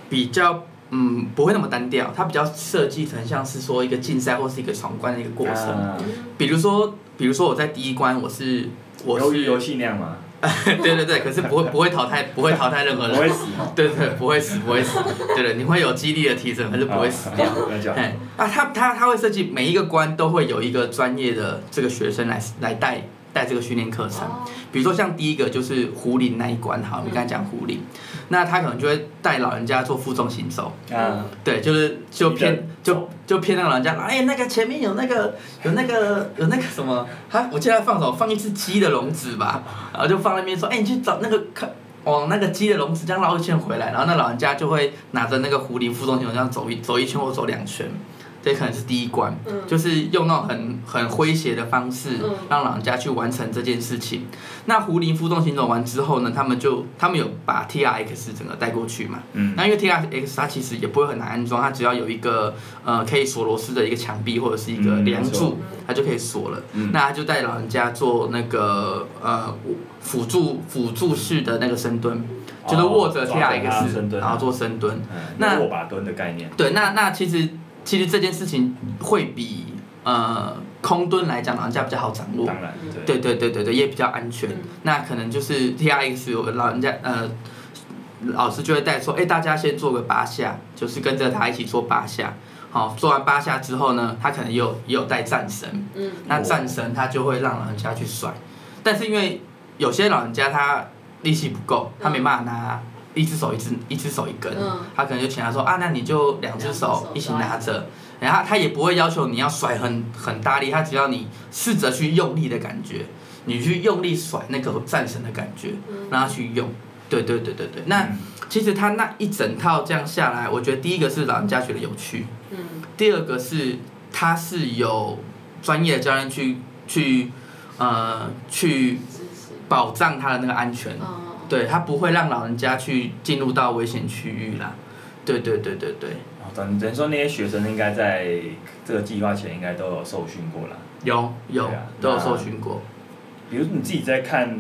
Speaker 3: 比较嗯不会那么单调，他比较设计成像是说一个竞赛或是一个闯关的一个过程。
Speaker 1: 啊
Speaker 3: 比如说，比如说我在第一关我是我
Speaker 1: 鱿鱼
Speaker 3: 是
Speaker 1: 游戏那样嘛，
Speaker 3: 对对对，可是不会不会淘汰不会淘汰任何
Speaker 1: 不
Speaker 3: 人，
Speaker 1: 会死，
Speaker 3: 对对不会死不会死，对对你会有激励的提升，可是不会死掉。
Speaker 1: 啊。那叫
Speaker 3: 哎，啊，他他他会设计每一个关都会有一个专业的这个学生来来带带这个训练课程。
Speaker 2: 哦
Speaker 3: 比如说像第一个就是胡林那一关，好，我们刚才讲胡林，那他可能就会带老人家做负重行走，
Speaker 1: 啊，
Speaker 3: 对，就是就
Speaker 1: 一个
Speaker 3: 骗就就骗那个老人家，哎，那个前面有那个有那个有那个什么，他我记得他放手放一只鸡的笼子吧，然后就放那边说，哎，你去找那个看。往那个鸡的笼子这样绕一圈回来，然后那老人家就会拿着那个狐狸负重行走这样走一走一圈或走两圈，这可能是第一关，
Speaker 2: 嗯
Speaker 3: 就是用那种很很诙谐的方式
Speaker 2: 嗯
Speaker 3: 让老人家去完成这件事情。那狐狸负重行走完之后呢，他们就他们有把 T R X 整个带过去嘛，
Speaker 1: 嗯，
Speaker 3: 那因为 T R X 它其实也不会很难安装，它只要有一个呃可以锁螺丝的一个墙壁或者是一个
Speaker 1: 嗯
Speaker 3: 梁
Speaker 1: 没错
Speaker 3: 柱，它就可以锁了。
Speaker 1: 嗯
Speaker 3: 那它就带老人家做那个呃辅助辅助式的那个深蹲，就是
Speaker 1: 哦
Speaker 3: 握着 T
Speaker 1: 抓
Speaker 3: R
Speaker 1: 着它
Speaker 3: X，
Speaker 1: 深蹲啊
Speaker 3: 然后做深蹲。
Speaker 1: 嗯
Speaker 3: 那
Speaker 1: 握把蹲的概念，
Speaker 3: 对，那那其实其实这件事情会比呃空蹲来讲，老人家比较好掌握。
Speaker 1: 当然对。
Speaker 3: 对对对对对，也比较安全。
Speaker 2: 嗯
Speaker 3: 那可能就是 T R X 我老人家呃，老师就会带说，哎、大家先做个八下，就是跟着他一起做八下。好，做完八下之后呢，他可能也有也有带战神，
Speaker 2: 嗯
Speaker 3: 那战神他就会让老人家去甩，但是因为有些老人家他力气不够，他没办法拿一只手一只一只手一根，
Speaker 2: 嗯
Speaker 3: 他可能就请他说啊，那你就两只手一起拿着，然后他也不会要求你要甩很很大力，他只要你试着去用力的感觉，你去用力甩那个战神的感觉，让他去用。对对对对对，那
Speaker 1: 嗯
Speaker 3: 其实他那一整套这样下来，我觉得第一个是老人家觉得有趣，
Speaker 2: 嗯
Speaker 3: 第二个是他是有专业的教练去去呃去
Speaker 2: 支持
Speaker 3: 保障他的那个安全，
Speaker 2: 哦
Speaker 3: 对他不会让老人家去进入到危险区域啦。对对对对对，
Speaker 1: 哦等等于说那些学生应该在这个计划前应该都有受训过啦。
Speaker 3: 有有
Speaker 1: 对啊
Speaker 3: 都有
Speaker 1: 那
Speaker 3: 搜寻过。
Speaker 1: 比如你自己在看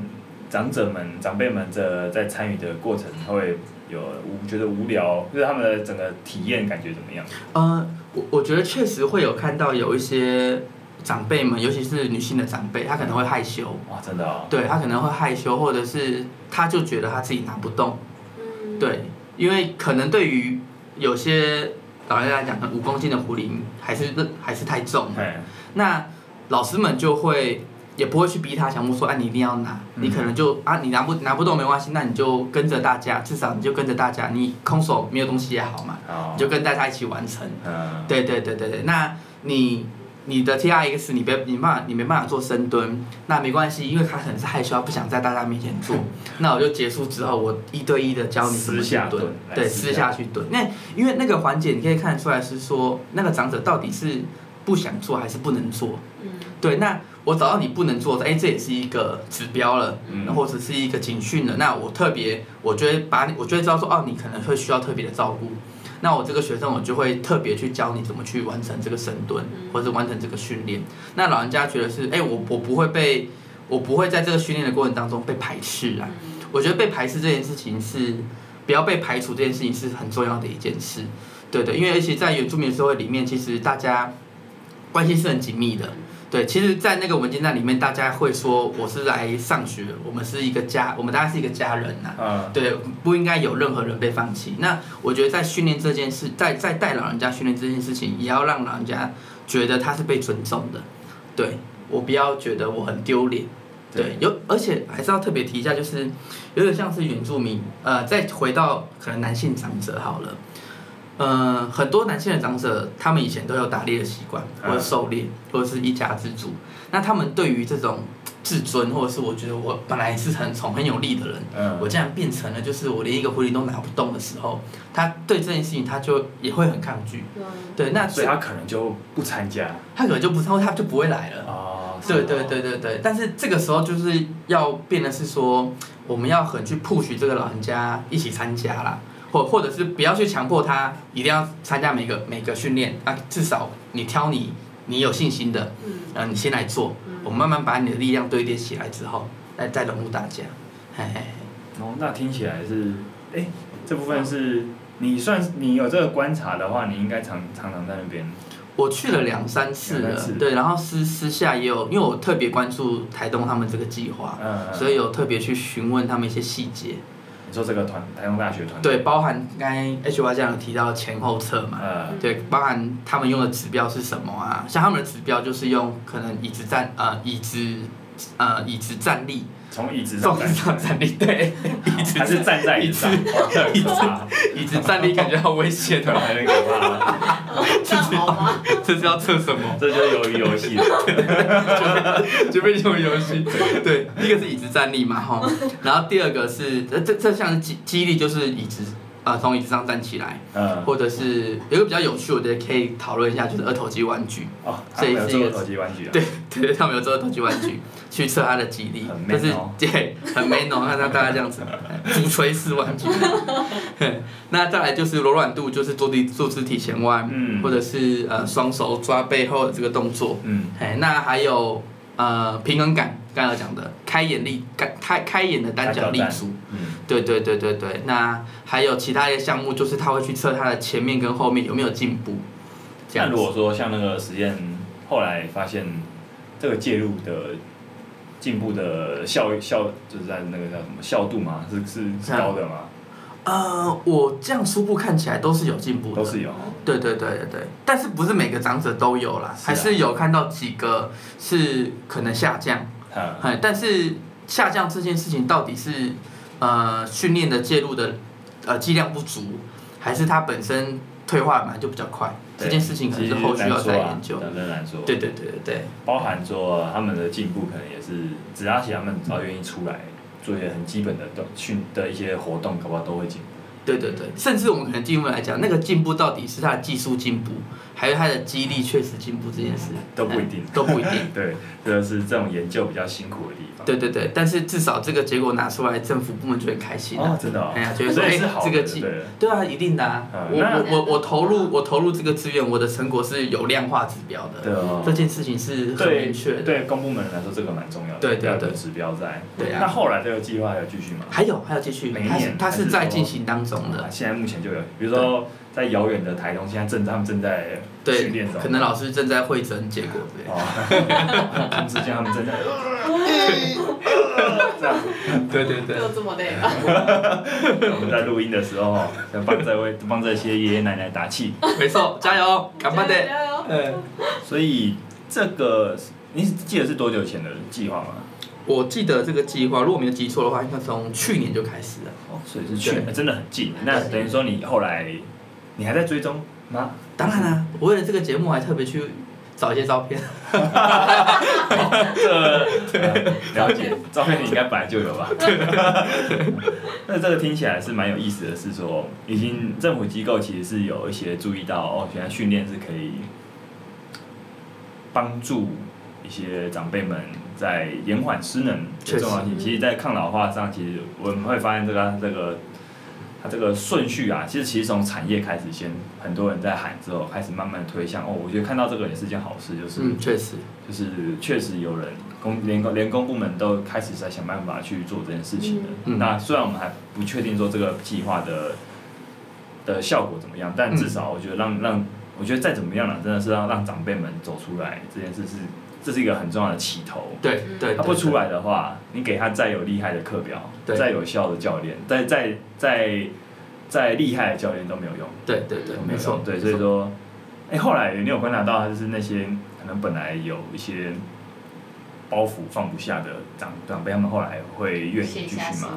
Speaker 1: 长者们、长辈们这在参与的过程，他会有无觉得无聊，就是他们的整个体验感觉怎么样？
Speaker 3: 呃，我我觉得确实会有看到有一些长辈们，尤其是女性的长辈，她可能会害羞，
Speaker 1: 哇，真的哦，
Speaker 3: 对她可能会害羞，或者是她就觉得她自己拿不动，
Speaker 2: 嗯
Speaker 3: 对，因为可能对于有些老人家来讲，可能五公斤的壶铃还是还是太重了，
Speaker 1: 哎，
Speaker 3: 那老师们就会也不会去逼他，强迫说，哎、你一定要拿，
Speaker 1: 嗯
Speaker 3: 你可能就啊，你拿不拿不动没关系，那你就跟着大家，至少你就跟着大家，你空手没有东西也好嘛，
Speaker 1: 好
Speaker 3: 你，就跟大家一起完成。
Speaker 1: 哦嗯，
Speaker 3: 对对对对对，那你你的 T R X 你别你没办法你没办法做深蹲，那没关系，因为他可能是害羞，他不想在大家面前做。那我就结束之后，我一对一的教你怎么
Speaker 1: 私
Speaker 3: 去
Speaker 1: 下
Speaker 3: 蹲
Speaker 1: 蹲，来
Speaker 3: 对，
Speaker 1: 私
Speaker 3: 私
Speaker 1: 下
Speaker 3: 下去蹲。那因为那个环节你可以看得出来是说那个长者到底是不想做还是不能做。
Speaker 2: 嗯
Speaker 3: 对，那我找到你不能做的，哎，这也是一个指标了，
Speaker 1: 嗯
Speaker 3: 或者是一个警讯了。那我特别，我就会把你，我就会知道说，哦，你可能会需要特别的照顾。那我这个学生，我就会特别去教你怎么去完成这个深蹲，
Speaker 2: 嗯
Speaker 3: 或者完成这个训练。那老人家觉得是，哎，我我不会被，我不会在这个训练的过程当中被排斥啊。
Speaker 2: 嗯
Speaker 3: 我觉得被排斥这件事情是，不要被排除这件事情是很重要的一件事。对对，因为而且在原住民社会里面，其实大家关系是很紧密的。对，其实，在那个文件站里面，大家会说我是来上学，我们是一个家，我们大家是一个家人呐、
Speaker 1: 嗯，
Speaker 3: 对，不应该有任何人被放弃。那我觉得在训练这件事，在在带老人家训练这件事情，也要让老人家觉得他是被尊重的。对我不要觉得我很丢脸。对，有而且还是要特别提一下，就是有点像是原住民，呃，再回到可能男性长者好了，呃，很多男性的长者，他们以前都有打猎的习惯，
Speaker 1: 嗯
Speaker 3: 或者狩猎，或者是一家之主。那他们对于这种自尊，或者是我觉得我本来是很宠很有力的人，
Speaker 1: 嗯
Speaker 3: 我竟然变成了就是我连一个狐狸都拿不动的时候，他对这件事情他就也会很抗拒。
Speaker 2: 嗯，
Speaker 3: 对，那
Speaker 1: 所以他可能就不参加
Speaker 3: 他可能就不，他他就不会来了。
Speaker 1: 哦
Speaker 3: 对对对对对，但是这个时候就是要变的是说，我们要很去 push 这个老人家一起参加啦，或或者是不要去强迫他一定要参加每个每个训练啊，至少你挑你你有信心的，
Speaker 2: 嗯
Speaker 3: 然后你先来做，我们慢慢把你的力量堆叠起来之后，再再融入大家。嘿嘿嘿
Speaker 1: 哦，那听起来是，哎、这部分是你算是你有这个观察的话，你应该常常常在那边。
Speaker 3: 我去了两三次
Speaker 1: 两
Speaker 3: 了
Speaker 1: 三次，
Speaker 3: 对，然后私私下也有，因为我特别关注台东他们这个计划，
Speaker 1: 嗯，嗯
Speaker 3: 啊所以有特别去询问他们一些细节。
Speaker 1: 你说这个团，台东大学团，
Speaker 3: 对，包含刚才 H Y 这样有提到前后侧嘛，
Speaker 1: 呃，
Speaker 3: 对，包含他们用的指标是什么啊？像他们的指标就是用可能椅子站呃椅子呃椅子站立，
Speaker 1: 从椅子上
Speaker 3: 重
Speaker 1: 站
Speaker 3: 力
Speaker 1: 起来
Speaker 3: 上站立，对，椅子
Speaker 1: 还是站在椅子上，好可怕，
Speaker 3: 椅子站立感觉好危险
Speaker 1: 可
Speaker 3: 哦，
Speaker 1: 能有点可 怕，
Speaker 2: 这样好吗？
Speaker 3: 这是要测什么？
Speaker 1: 这就是鱿鱼游戏了。
Speaker 3: 就被这种游戏。对，第一个是椅子站立嘛，哈，然后第二个是呃这这项激激励就是椅子啊从椅子上站起来，
Speaker 1: 嗯，
Speaker 3: 或者是有一个比较有趣，我觉得可以讨论一下，就是二头肌弯举。
Speaker 1: 哦，
Speaker 3: 这也
Speaker 1: 他们有
Speaker 3: 是一个
Speaker 1: 做投机玩具啊，
Speaker 3: 对 对，他们有做投机玩具去测他的肌力
Speaker 1: 很，
Speaker 3: 就
Speaker 1: man
Speaker 3: 是
Speaker 1: 哦
Speaker 3: 对很 man 哦，那他大概这样子，足锤式玩具。那再来就是柔软度，就是坐地坐肢体前弯，
Speaker 1: 嗯
Speaker 3: 或者是呃双手抓背后的这个动作。
Speaker 1: 嗯，
Speaker 3: 哎，那还有呃平衡感，刚才有讲的开眼力，开开开眼的单脚立
Speaker 1: 单脚
Speaker 3: 足。
Speaker 1: 嗯，
Speaker 3: 对对对对对，那还有其他的项目，就是他会去测他的前面跟后面有没有进步。这
Speaker 1: 那
Speaker 3: 样子
Speaker 1: 如果说像那个实验，后来发现这个介入的进步的效效，就是在那个叫什么效度嘛，是是是高的吗？
Speaker 3: 呃，我这样初步看起来都是有进步的，嗯
Speaker 1: 都是有。
Speaker 3: 对对对对对，但是不是每个长者都有啦，
Speaker 1: 是啊
Speaker 3: 还是有看到几个是可能下降，
Speaker 1: 嗯
Speaker 3: 哎，但是下降这件事情到底是呃训练的介入的呃剂量不足，还是他本身退化本来就比较快，这件事情可能是后续要
Speaker 1: 啊
Speaker 3: 再研究。
Speaker 1: 仍然说，
Speaker 3: 对对对对对，
Speaker 1: 包含说他们的进步可能也是，只要其他们只要愿意出来做一些很基本的动训的一些活动，搞不好都会进步。
Speaker 3: 对对对，甚至我们可能进一步来讲，那个进步到底是他的技术进步，还有他的肌力确实进步这件事，
Speaker 1: 都不一定
Speaker 3: 哎都不一定。
Speaker 1: 对，这就是这种研究比较辛苦的地方。
Speaker 3: 对对对，但是至少这个结果拿出来，政府部门就很开心
Speaker 1: 哦
Speaker 3: 啊，，
Speaker 1: 真的、哦，
Speaker 3: 哎呀觉得
Speaker 1: 所
Speaker 3: 说
Speaker 1: 以
Speaker 3: 哎
Speaker 1: 是好的，
Speaker 3: 这个
Speaker 1: 对
Speaker 3: 技
Speaker 1: 不对
Speaker 3: 对啊，一定的啊
Speaker 1: 嗯。
Speaker 3: 我
Speaker 1: 那
Speaker 3: 我我我投入我投入这个资源，我的成果是有量化指标的。
Speaker 1: 对哦
Speaker 3: 这件事情是很明确的。
Speaker 1: 对公部门来说，这个蛮重要的，
Speaker 3: 对对
Speaker 1: 要有
Speaker 3: 对
Speaker 1: 指标在。
Speaker 3: 对啊
Speaker 1: 那后来这个计划还有继续吗？
Speaker 3: 还有还有继续
Speaker 1: 每，一
Speaker 3: 它是
Speaker 1: 年
Speaker 3: 它
Speaker 1: 还是
Speaker 3: 是在
Speaker 1: 说
Speaker 3: 进行当中
Speaker 1: 啊
Speaker 3: 的，
Speaker 1: 现在目前就有，比如说在遥远的台东，现在正他们正在
Speaker 3: 对
Speaker 1: 训练，中，
Speaker 3: 可能老师正在会诊结果对。
Speaker 1: 哦， 同时间他们正在这样。
Speaker 3: 对对
Speaker 2: 又这么累了，
Speaker 1: 我们在录音的时候，想帮这位帮这些爷爷奶奶打气。
Speaker 3: 没错，加油，干巴
Speaker 2: 加油
Speaker 3: 的。
Speaker 2: 加油！
Speaker 3: 嗯，
Speaker 1: 所以这个你记得是多久前的计划吗？
Speaker 3: 我记得这个计划，如果没有记错的话，应该从去年就开始了。
Speaker 1: 哦，所以是去
Speaker 3: 对
Speaker 1: 真的很近。那等于说你后来你还在追踪吗？
Speaker 3: 当然啦、啊我为了这个节目还特别去找一些照片。
Speaker 1: 呃了解，照片你应该本来就有吧？ 那这个听起来是蛮有意思的，是说已经政府机构其实是有一些注意到哦，原来训练是可以帮助一些长辈们在延缓失能
Speaker 3: 确
Speaker 1: 的
Speaker 3: 实
Speaker 1: 重要性。其实，在抗老化上，其实我们会发现这个它这个。它这个顺序啊，其实其实从产业开始先，很多人在喊之后，开始慢慢的推向哦。我觉得看到这个也是件好事，就是
Speaker 3: 嗯，确实。
Speaker 1: 就是确实有人公连公连公部门都开始在想办法去做这件事情了。
Speaker 3: 嗯
Speaker 1: 那虽然我们还不确定说这个计划的的效果怎么样，但
Speaker 3: 嗯
Speaker 1: 至少我觉得让让我觉得再怎么样呢，真的是让让长辈们走出来这件事是这是一个很重要的起头。
Speaker 3: 对对对。
Speaker 1: 他啊不出来的话，你给他再有厉害的课表，
Speaker 3: 对
Speaker 1: 再有效的教练，再再再再厉害的教练都没有用。
Speaker 3: 对对对，没错，
Speaker 1: 对，所以说，哎、后来你有观察到，就是那些可能本来有一些包袱放不下的长长辈，他们后来会愿意
Speaker 2: 写
Speaker 1: 继
Speaker 2: 下
Speaker 1: 续
Speaker 2: 心
Speaker 1: 吗？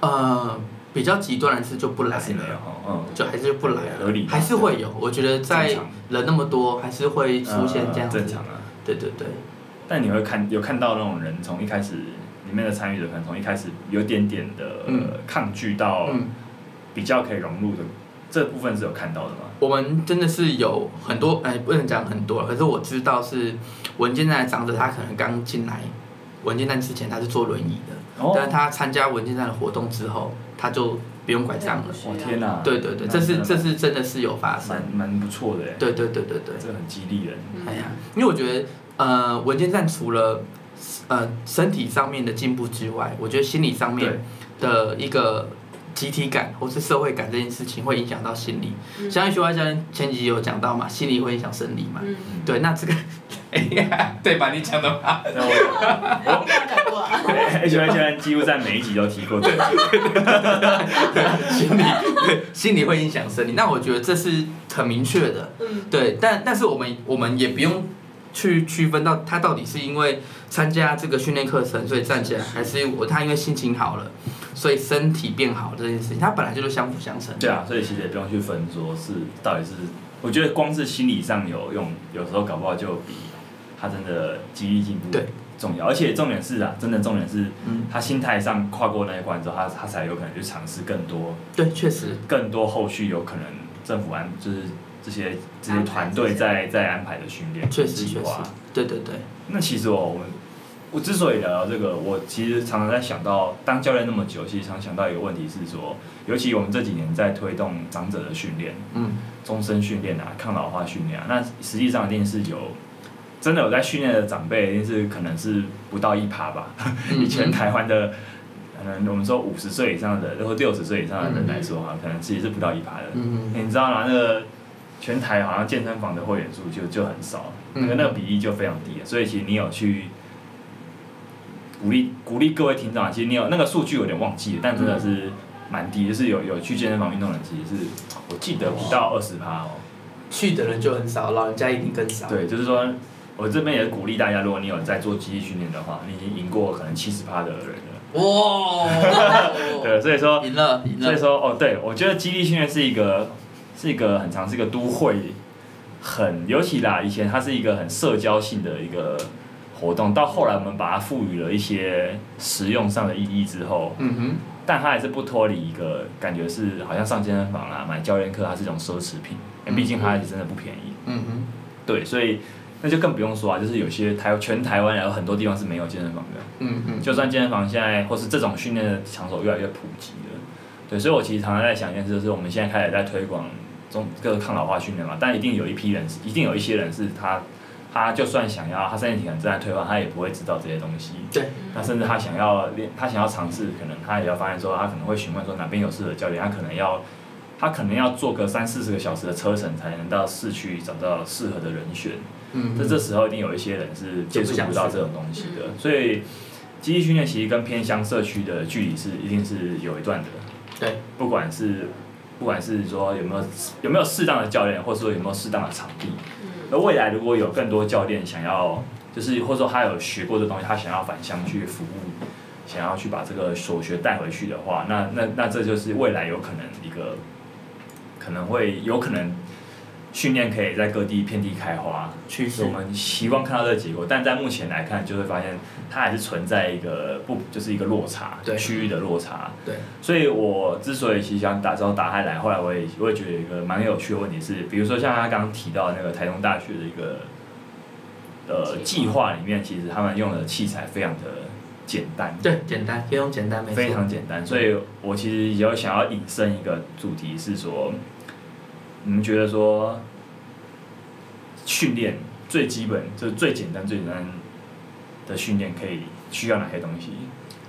Speaker 2: 房，
Speaker 3: 呃，比较极端的是就不来
Speaker 1: 还是没有
Speaker 3: 了，
Speaker 1: 哦，嗯。
Speaker 3: 就还是不来了，
Speaker 1: 合理吧
Speaker 3: 还是会有。我觉得在
Speaker 1: 正常
Speaker 3: 人那么多，还是会出现这
Speaker 1: 呃
Speaker 3: 样子。
Speaker 1: 正常啊。
Speaker 3: 对对对，
Speaker 1: 但你会看有看到那种人从一开始里面的参与者，可能从一开始有点点的、
Speaker 3: 嗯
Speaker 1: 抗拒到
Speaker 3: 嗯，
Speaker 1: 比较可以融入的、这部分是有看到的吗？
Speaker 3: 我们真的是有很多，哎，不能讲很多，可是我知道是文件站的长者，他可能刚进来文件站之前他是坐轮椅的，
Speaker 1: 哦
Speaker 3: 但是他参加文件站的活动之后，他就不用拐杖了。
Speaker 1: 我天哪、
Speaker 3: 对对对，
Speaker 1: 那
Speaker 3: 这是
Speaker 1: 真的
Speaker 3: 这是真的是有发生。
Speaker 1: 嗯蛮蛮不错的哎，
Speaker 3: 对对对对对。
Speaker 1: 这很激励人。
Speaker 2: 嗯
Speaker 3: 哎呀，因为我觉得，呃，文件站除了呃身体上面的进步之外，我觉得心理上面的一个集体感或是社会感这件事情，会影响到心理。
Speaker 2: 嗯
Speaker 3: 像学外教练前几集有讲到嘛，心理会影响生理嘛。
Speaker 2: 嗯，
Speaker 3: 对，那这个， 哎呀，对吧？你讲的吧？
Speaker 1: 那我
Speaker 2: 我没有讲过 啊，
Speaker 1: H Y 现在几乎在每一集都提过这个，
Speaker 3: 心理 对，心理会影响生理。那我觉得这是很明确的。
Speaker 2: 嗯，
Speaker 3: 对，但但是我们我们也不用去区分到他到底是因为参加这个训练课程所以站起来，还是我他因为心情好了，所以身体变好这件事情，他本来就是相辅相成。
Speaker 1: 对啊，所以其实也不用去分说是到底是，我觉得光是心理上有用，有时候搞不好就比他真的激励进步
Speaker 3: 对
Speaker 1: 重要。而且重点是啊，真的重点是
Speaker 3: 嗯，
Speaker 1: 他心态上跨过那一关之后，他他才有可能去尝试更多
Speaker 3: 对，确实，
Speaker 1: 更多后续有可能政府安就是这些这些团队在在安排的训练
Speaker 3: 确实，
Speaker 1: 计
Speaker 3: 确实
Speaker 1: 划。，
Speaker 3: 对对对，
Speaker 1: 那其实哦，我们我之所以聊到这个，我其实常常在想到当教练那么久，其实常想到一个问题是说，尤其我们这几年在推动长者的训练、
Speaker 3: 嗯，
Speaker 1: 终身训练啊、抗老化训练啊，那实际上一定是有。真的有在训练的长辈，一定是可能是不到一趴吧，
Speaker 3: 嗯
Speaker 1: 以前台湾的，可能我们说五十岁以上的，然后六十岁以上的人来说啊哈，可能其实是不到一趴的。
Speaker 3: 嗯，嗯
Speaker 1: 你知道吗？那个全台好像健身房的会员数就就很少，那个
Speaker 3: 嗯
Speaker 1: 那个比例就非常低了。所以其实你有去鼓励鼓励各位听众啊，其实你有那个数据有点忘记了，但真的是蛮低，就是有有去健身房运动的人，其实是我记得不到二十趴哦。
Speaker 3: 去的人就很少，老人家一定更少。
Speaker 1: 对，就是说我这边也鼓励大家，如果你有在做肌力训练的话，你已经赢过可能七十趴的人了。
Speaker 3: 哇，
Speaker 1: 对，所以说
Speaker 3: 赢了，赢
Speaker 1: 所以
Speaker 3: 了，
Speaker 1: 说，哦，对，我觉得基地训练是一个，是一个很长，是一个都会很，尤其啦，以前它是一个很社交性的一个活动，到后来我们把它赋予了一些实用上的意义之后，
Speaker 3: 嗯哼，
Speaker 1: 但它还是不脱离一个感觉是好像上健身房啦、买教练课，它是一种奢侈品，因为毕竟它也真的不便宜。
Speaker 3: 嗯哼，
Speaker 1: 对，所以那就更不用说啊，就是有些台全台湾有很多地方是没有健身房的。
Speaker 3: 嗯嗯，
Speaker 1: 就算健身房现在或是这种训练的场所越来越普及了，对，所以我其实常常在想一件事，就是我们现在开始在推广中各个抗老化训练嘛，但一定有一批人是，一定有一些人是他，他就算想要，他身体可能正在退化，他也不会知道这些东西。
Speaker 3: 对，
Speaker 1: 那甚至他想要练，他想要尝试，可能他也要发现说，他可能会询问说哪边有适合教练，他可能要，他可能要坐个三四十个小时的车程才能到市区找到适合的人选。
Speaker 3: 嗯，
Speaker 1: 这这时候一定有一些人是接触不到这种东西的，所以基地训练其实跟偏乡社区的距离是一定是有一段的，
Speaker 3: 对，
Speaker 1: 不管是不管是说有没有有没有适当的教练，或者说有没有适当的场地，而未来如果有更多教练想要，就是或者说他有学过这东西，他想要返乡去服务，想要去把这个所学带回去的话，那那那这就是未来有可能一个可能会有可能训练可以在各地遍地开花。
Speaker 3: 趋
Speaker 1: 是
Speaker 3: 势
Speaker 1: 我，们希望看到这个结果，但在目前来看，就会发现它还是存在一个不就是一个落差，
Speaker 3: 对
Speaker 1: 区域的落差。
Speaker 3: 对，
Speaker 1: 所以我之所以其实想打造打开来，后来我也我也觉得有一个蛮有趣的问题是，比如说像他刚刚提到那个台中大学的一个呃
Speaker 2: 计
Speaker 1: 计划里面，其实他们用的器材非常的简单，
Speaker 3: 对，简单，可以用简单，没错，
Speaker 1: 非常简单，所以我其实有想要引申一个主题是说，你们觉得说训练最基本就是最简单最简单的训练可以需要哪些东西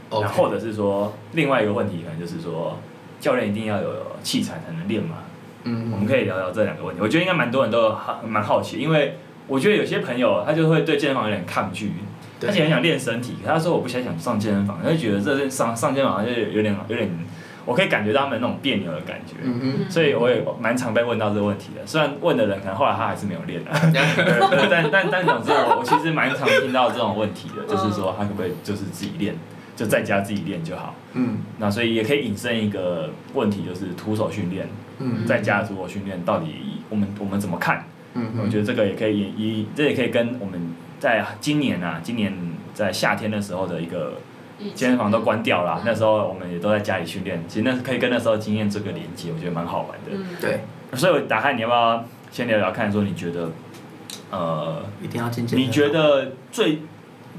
Speaker 3: OK，
Speaker 1: 然后或者是说另外一个问题可能就是说教练一定要有器材才能练嘛？
Speaker 3: 嗯，
Speaker 1: 我们可以聊聊这两个问题，我觉得应该蛮多人都好蛮好奇，因为我觉得有些朋友他就会对健身房有点抗拒，
Speaker 3: 对
Speaker 1: 而且很想练身体，可他说我不想想上健身房，他就觉得这上上健身房就有点有点，我可以感觉到他们那种别扭的感觉。
Speaker 3: 嗯
Speaker 1: 所以我也蛮常被问到这个问题的，虽然问的人可能后来他还是没有练、 啊，
Speaker 3: 哼，
Speaker 1: 对对但但但总之我我其实蛮常听到这种问题的，就是说他可不可以就是自己练，就在家自己练就好。
Speaker 3: 嗯
Speaker 1: 那所以也可以引申一个问题，就是徒手训练，
Speaker 3: 嗯
Speaker 1: 在家的徒手训练到底我们我们怎么看？
Speaker 3: 嗯，
Speaker 1: 我觉得这个也可以也一，这也可以跟我们在今年啊，今年在夏天的时候的一个健身房都关掉了啊，那时候我们也都在家里训练，其实那是可以跟那时候经验做个连接，我觉得蛮好玩的。
Speaker 2: 嗯，
Speaker 3: 对，
Speaker 1: 所以我打开你要不要先聊聊看，说你觉得，呃，
Speaker 3: 一定要进阶。
Speaker 1: 你觉得最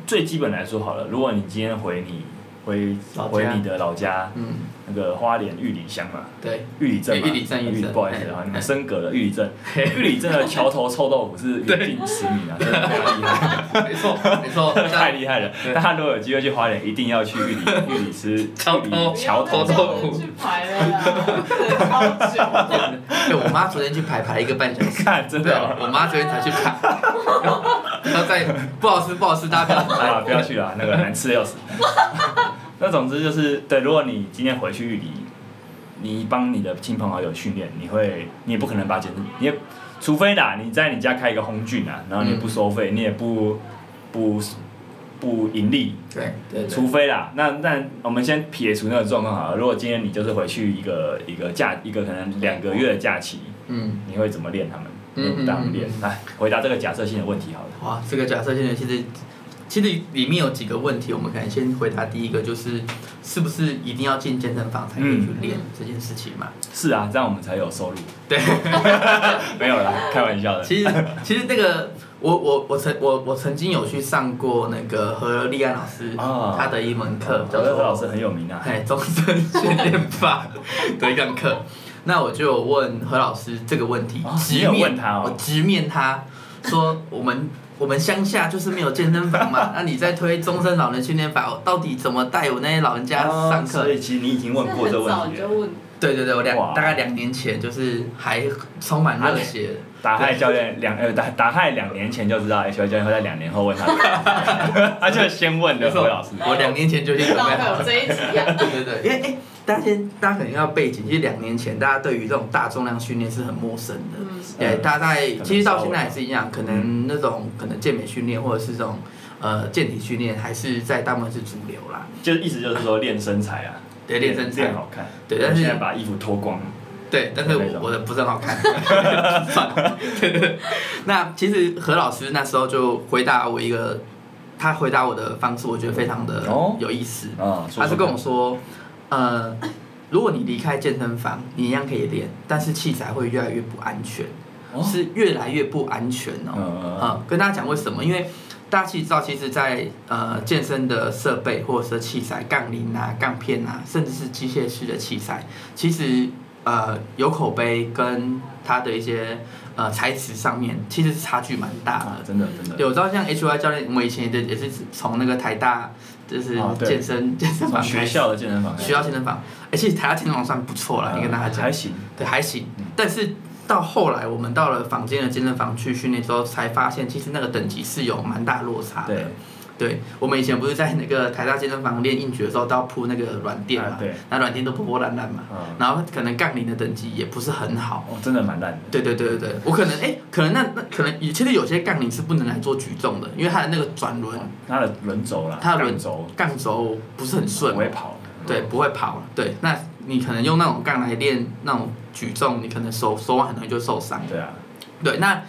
Speaker 1: 最基本来说好了，如果你今天回你回
Speaker 3: 老家
Speaker 1: 回你的老家
Speaker 3: 嗯
Speaker 1: 那个花莲玉里乡嘛，
Speaker 3: 对，
Speaker 1: 玉里镇嘛，
Speaker 3: 哎玉里镇玉里镇
Speaker 1: 不好意思啊
Speaker 3: 哎，
Speaker 1: 你们升格了玉里 镇，玉里镇的桥头臭豆腐是远近驰名啊，真的太厉害了，
Speaker 3: 没错没错，
Speaker 1: 太 厉害了！大家如果有机会去花莲，一定要去玉里玉里吃
Speaker 3: 桥头
Speaker 1: 玉里桥头
Speaker 3: 不
Speaker 1: 臭
Speaker 3: 要再叫
Speaker 1: 豆
Speaker 3: 我
Speaker 1: 腐，
Speaker 2: 去排了啦，等超久。
Speaker 3: 哎，我妈昨天去排排一个半小时。
Speaker 1: 看真
Speaker 3: 对
Speaker 1: 的
Speaker 3: 啊，
Speaker 1: 哦
Speaker 3: 我妈昨天才去排，然后然后再不好吃不好吃，大家不要
Speaker 1: 啊，不要去啊，那个难吃的要 死。那总之就是，对，如果你今天回去玉里，你帮你的亲朋好友训练，你会，你也不可能把简，你也，除非啦，你在你家开一个红菌啊，然后你也不收费，你也不不不盈利，
Speaker 3: 对对
Speaker 1: 除非啦，那那我们先撇除那个状况好了。如果今天你就是回去一个一个假，一个可能两个月的假期，
Speaker 3: 嗯，
Speaker 1: 你会怎么练他们？
Speaker 3: 嗯
Speaker 1: 你当练
Speaker 3: 嗯嗯，嗯
Speaker 1: 来回答这个假设性的问题好了。
Speaker 3: 哇，这个假设性的其实其实里面有几个问题，我们可能先回答第一个，就是是不是一定要进健身房才可以去练
Speaker 2: 嗯
Speaker 3: 这件事情嘛？
Speaker 1: 是啊，这样我们才有收入。
Speaker 3: 对，
Speaker 1: 没有啦，开玩笑的。
Speaker 3: 其实其实那个我我我曾我我曾经有去上过那个何立安老师
Speaker 1: 啊
Speaker 3: 他的一门课叫
Speaker 1: 小乐
Speaker 3: 做
Speaker 1: 老师很有名啊。
Speaker 3: 哎，终身训练法的一堂课。那我就有问何老师这个问题
Speaker 1: 哦，你
Speaker 3: 直
Speaker 1: 有
Speaker 3: 面
Speaker 1: 问他哦
Speaker 3: 我直面他说，我们我们乡下就是没有健身房嘛，那你在推终身老人训练法，我到底怎么带我那些老人家上
Speaker 1: 啊
Speaker 3: 课
Speaker 1: 所？以其实你已经问过这个
Speaker 2: 很早
Speaker 1: 问题
Speaker 2: 就
Speaker 1: 了。
Speaker 2: 问，
Speaker 3: 对对对，我两
Speaker 1: 哇
Speaker 3: 大概两年前就是还充满热血，
Speaker 1: 打害教练两呃打打害两年前就知道 H Y 教练会在两年后问 他， 他就先问的何老师。
Speaker 3: 我两年前就已经
Speaker 2: 知
Speaker 3: 准备
Speaker 2: 道会
Speaker 3: 好
Speaker 2: 有
Speaker 3: 了。
Speaker 2: 这一集啊。
Speaker 3: 对对对，因为哎、大家先大家可能要背景，其实两年前大家对于这种大重量训练是很陌生的。
Speaker 2: 嗯，
Speaker 3: 对，大概
Speaker 1: 能
Speaker 3: 其实到
Speaker 1: 稍微
Speaker 3: 现在也是一样，可能那种可能健美训练或者是这种呃健体训练，还是在大部分是主流啦。
Speaker 1: 就意思就是说练身材啊，
Speaker 3: 对，练身材
Speaker 1: 练，好看。
Speaker 3: 对但是
Speaker 1: 现在把衣服脱光，
Speaker 3: 对，但是
Speaker 1: 那
Speaker 3: 我
Speaker 1: 种
Speaker 3: 我的不是很好看， 算了。 对对对那其实何老师那时候就回答我一个，他回答我的方式，我觉得非常的
Speaker 1: 哦
Speaker 3: 有意思。
Speaker 1: 啊，说
Speaker 3: 他是
Speaker 1: 说
Speaker 3: 跟
Speaker 1: 看
Speaker 3: 我说，呃， 如果你离开健身房，你一样可以练，但是器材会越来越不安全，
Speaker 1: 哦
Speaker 3: 是越来越不安全哦。
Speaker 1: 嗯嗯
Speaker 3: 啊，跟大家讲为什么？因为大家其实知道，其实在呃健身的设备或者是器材，杠铃啊、杠片啊，甚至是机械式的器材，其实呃有口碑跟它的一些呃材质上面，其实是差距蛮大的
Speaker 1: 啊。，真的真
Speaker 3: 对，
Speaker 1: 的，
Speaker 3: 我知道像 H Y 教练，我们以前也也是从那个台大就是
Speaker 1: 啊对
Speaker 3: 健身、健身
Speaker 1: 从
Speaker 3: 房
Speaker 1: 学
Speaker 3: 开始
Speaker 1: 校的健身房开始，
Speaker 3: 学校健身房，而且台大健身房算不错了，
Speaker 1: 嗯
Speaker 3: 你跟大家讲
Speaker 1: 还，行，
Speaker 3: 对，还行。但是到后来，我们到了坊间的健身房去训练之后，才发现其实那个等级是有蛮大落差的。
Speaker 1: 对，哦
Speaker 3: 对，我们以前不是在那个台大健身房练硬举的时候，都要铺那个软垫嘛
Speaker 1: 啊，对，
Speaker 3: 那软垫都破破烂烂嘛，
Speaker 1: 嗯，
Speaker 3: 然后可能杠铃的等级也不是很好。
Speaker 1: 哦，真的蛮烂的，
Speaker 3: 对对对对对，我可能哎、可能那那可能其实有些杠铃是不能来做举重的，因为它的那个转轮
Speaker 1: 他的轮轴啦，
Speaker 3: 它的轮
Speaker 1: 杠轴
Speaker 3: 杠轴不是很顺
Speaker 1: 不，会跑，
Speaker 3: 对，不会跑，对，那你可能用那种杠来练那种举重，你可能手手腕很容易就受伤。
Speaker 1: 对啊，
Speaker 3: 对，那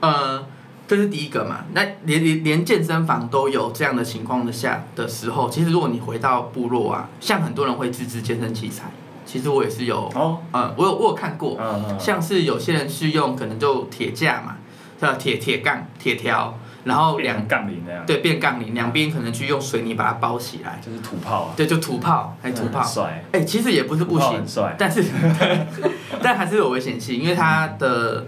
Speaker 3: 呃，这是第一个嘛。那连连连健身房都有这样的情况的下的时候，其实如果你回到部落啊，像很多人会自制健身器材，其实我也是有，
Speaker 1: 哦，
Speaker 3: 呃，我有我有看过，
Speaker 1: 嗯嗯，
Speaker 3: 像是有些人是用可能就铁架嘛，叫铁铁杠、铁条，然后两
Speaker 1: 两杠铃那样，
Speaker 3: 对变杠铃，两边可能去用水泥把它包起来，
Speaker 1: 就是土炮啊，
Speaker 3: 对，就土炮，还土
Speaker 1: 嗯
Speaker 3: 炮
Speaker 1: 很。帅，
Speaker 3: 哎、其实也不是不
Speaker 1: 土炮
Speaker 3: 行
Speaker 1: 很，帅，
Speaker 3: 但是 但还是有危险性，因为它的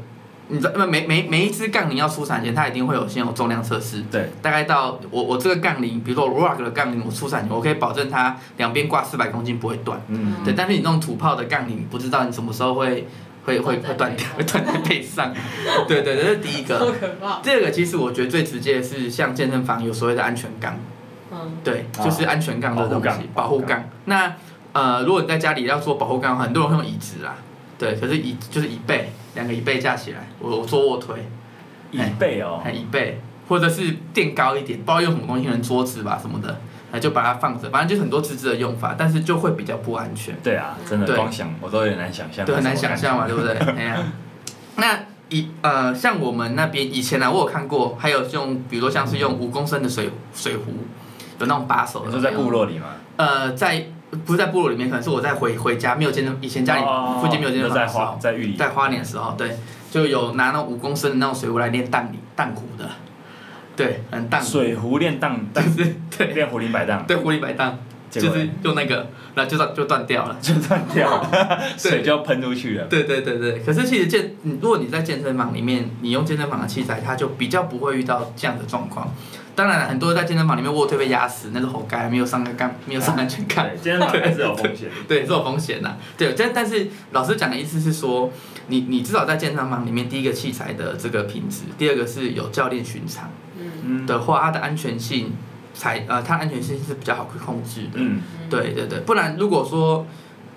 Speaker 3: 你知道，每每每一只杠铃要出产前，它一定会有先有重量测试。
Speaker 1: 对，
Speaker 3: 大概到我我这个杠铃，比如说我 rock 的杠铃，我出产前，我可以保证它两边挂四百公斤不会断。
Speaker 1: 嗯，
Speaker 3: 对，但是你弄土炮的杠铃，你不知道你什么时候会会会会断掉，会断在背上。对对对，这是第一
Speaker 2: 好
Speaker 3: 个。
Speaker 2: 可怕。
Speaker 3: 第二个其实我觉得最直接的是像健身房有所谓的安全杠，
Speaker 2: 嗯，
Speaker 3: 对，就是安全杠这个东西，
Speaker 1: 啊保
Speaker 3: 保
Speaker 1: 护杠
Speaker 3: 护杠。那呃，如果你在家里要做保护杠的话，很多人会用椅子啊，对，可是椅就是椅背，两个椅背架起来，我我做卧推，
Speaker 1: 椅背哦
Speaker 3: 哎还，椅背，或者是垫高一点，不知道用什么东西，可能桌子吧什么的，呃，就把它放着，反正就是很多自制的用法，但是就会比较不安全，
Speaker 1: 对啊，真的
Speaker 3: 对
Speaker 1: 光想我都有点难想象，
Speaker 3: 对，很难想象嘛，对不对？哎呀，那以呃，像我们那边以前呢、啊，我有看过，还有用，比如说像是用五公升的水水壶，有那种把手
Speaker 1: 我
Speaker 3: 的，
Speaker 1: 就在部落里嘛，
Speaker 3: 呃，在不是在部落里面，可能是我在回回家没有健身，以前家里
Speaker 1: 哦
Speaker 3: 附近没有健身
Speaker 1: 就
Speaker 3: 房
Speaker 1: 在
Speaker 3: 的时
Speaker 1: 花
Speaker 3: 候，
Speaker 1: 在玉里，
Speaker 3: 在花莲的时候，对，就有拿那五公升的那种水壶来练蛋里蛋壶的，对，很蛋壶，
Speaker 1: 水壶练荡荡，
Speaker 3: 对
Speaker 1: 练壶铃摆荡，
Speaker 3: 对，狐狸白蛋，
Speaker 1: 结
Speaker 3: 就
Speaker 1: 果
Speaker 3: 是用那个，然后就断就断掉了。
Speaker 1: 就断掉了，
Speaker 3: 对
Speaker 1: 水就要喷出去了。
Speaker 3: 对对对对，可是其实健，你如果你在健身房里面，你用健身房的器材，它就比较不会遇到这样的状况。当然了，很多人在健身房里面卧推被压死，那是活该，没有上个杠，没有上安全杠。
Speaker 1: 对，今天还是有风险。
Speaker 3: 对，是有风险的、对，但但是老师讲的意思是说，你你至少在健身房里面，第一个器材的这个品质，第二个是有教练巡场
Speaker 2: 嗯
Speaker 1: 嗯
Speaker 3: 的话，它的安全性才呃，它安全性是比较好控制的。
Speaker 1: 嗯，
Speaker 2: 嗯，
Speaker 3: 对对对，不然如果说，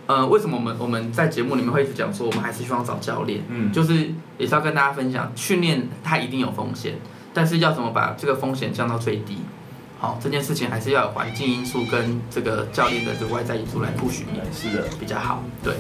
Speaker 3: 呃，为什么我们我们在节目里面会一直讲说，我们还是希望找教练，
Speaker 1: 嗯
Speaker 3: 就是也是要跟大家分享，训练它一定有风险，但是要怎么把这个风险降到最低？好，这件事情还是要有环境因素跟这个教练的这个外在因素来 push 你
Speaker 1: 嗯是的。
Speaker 3: 比较好。对，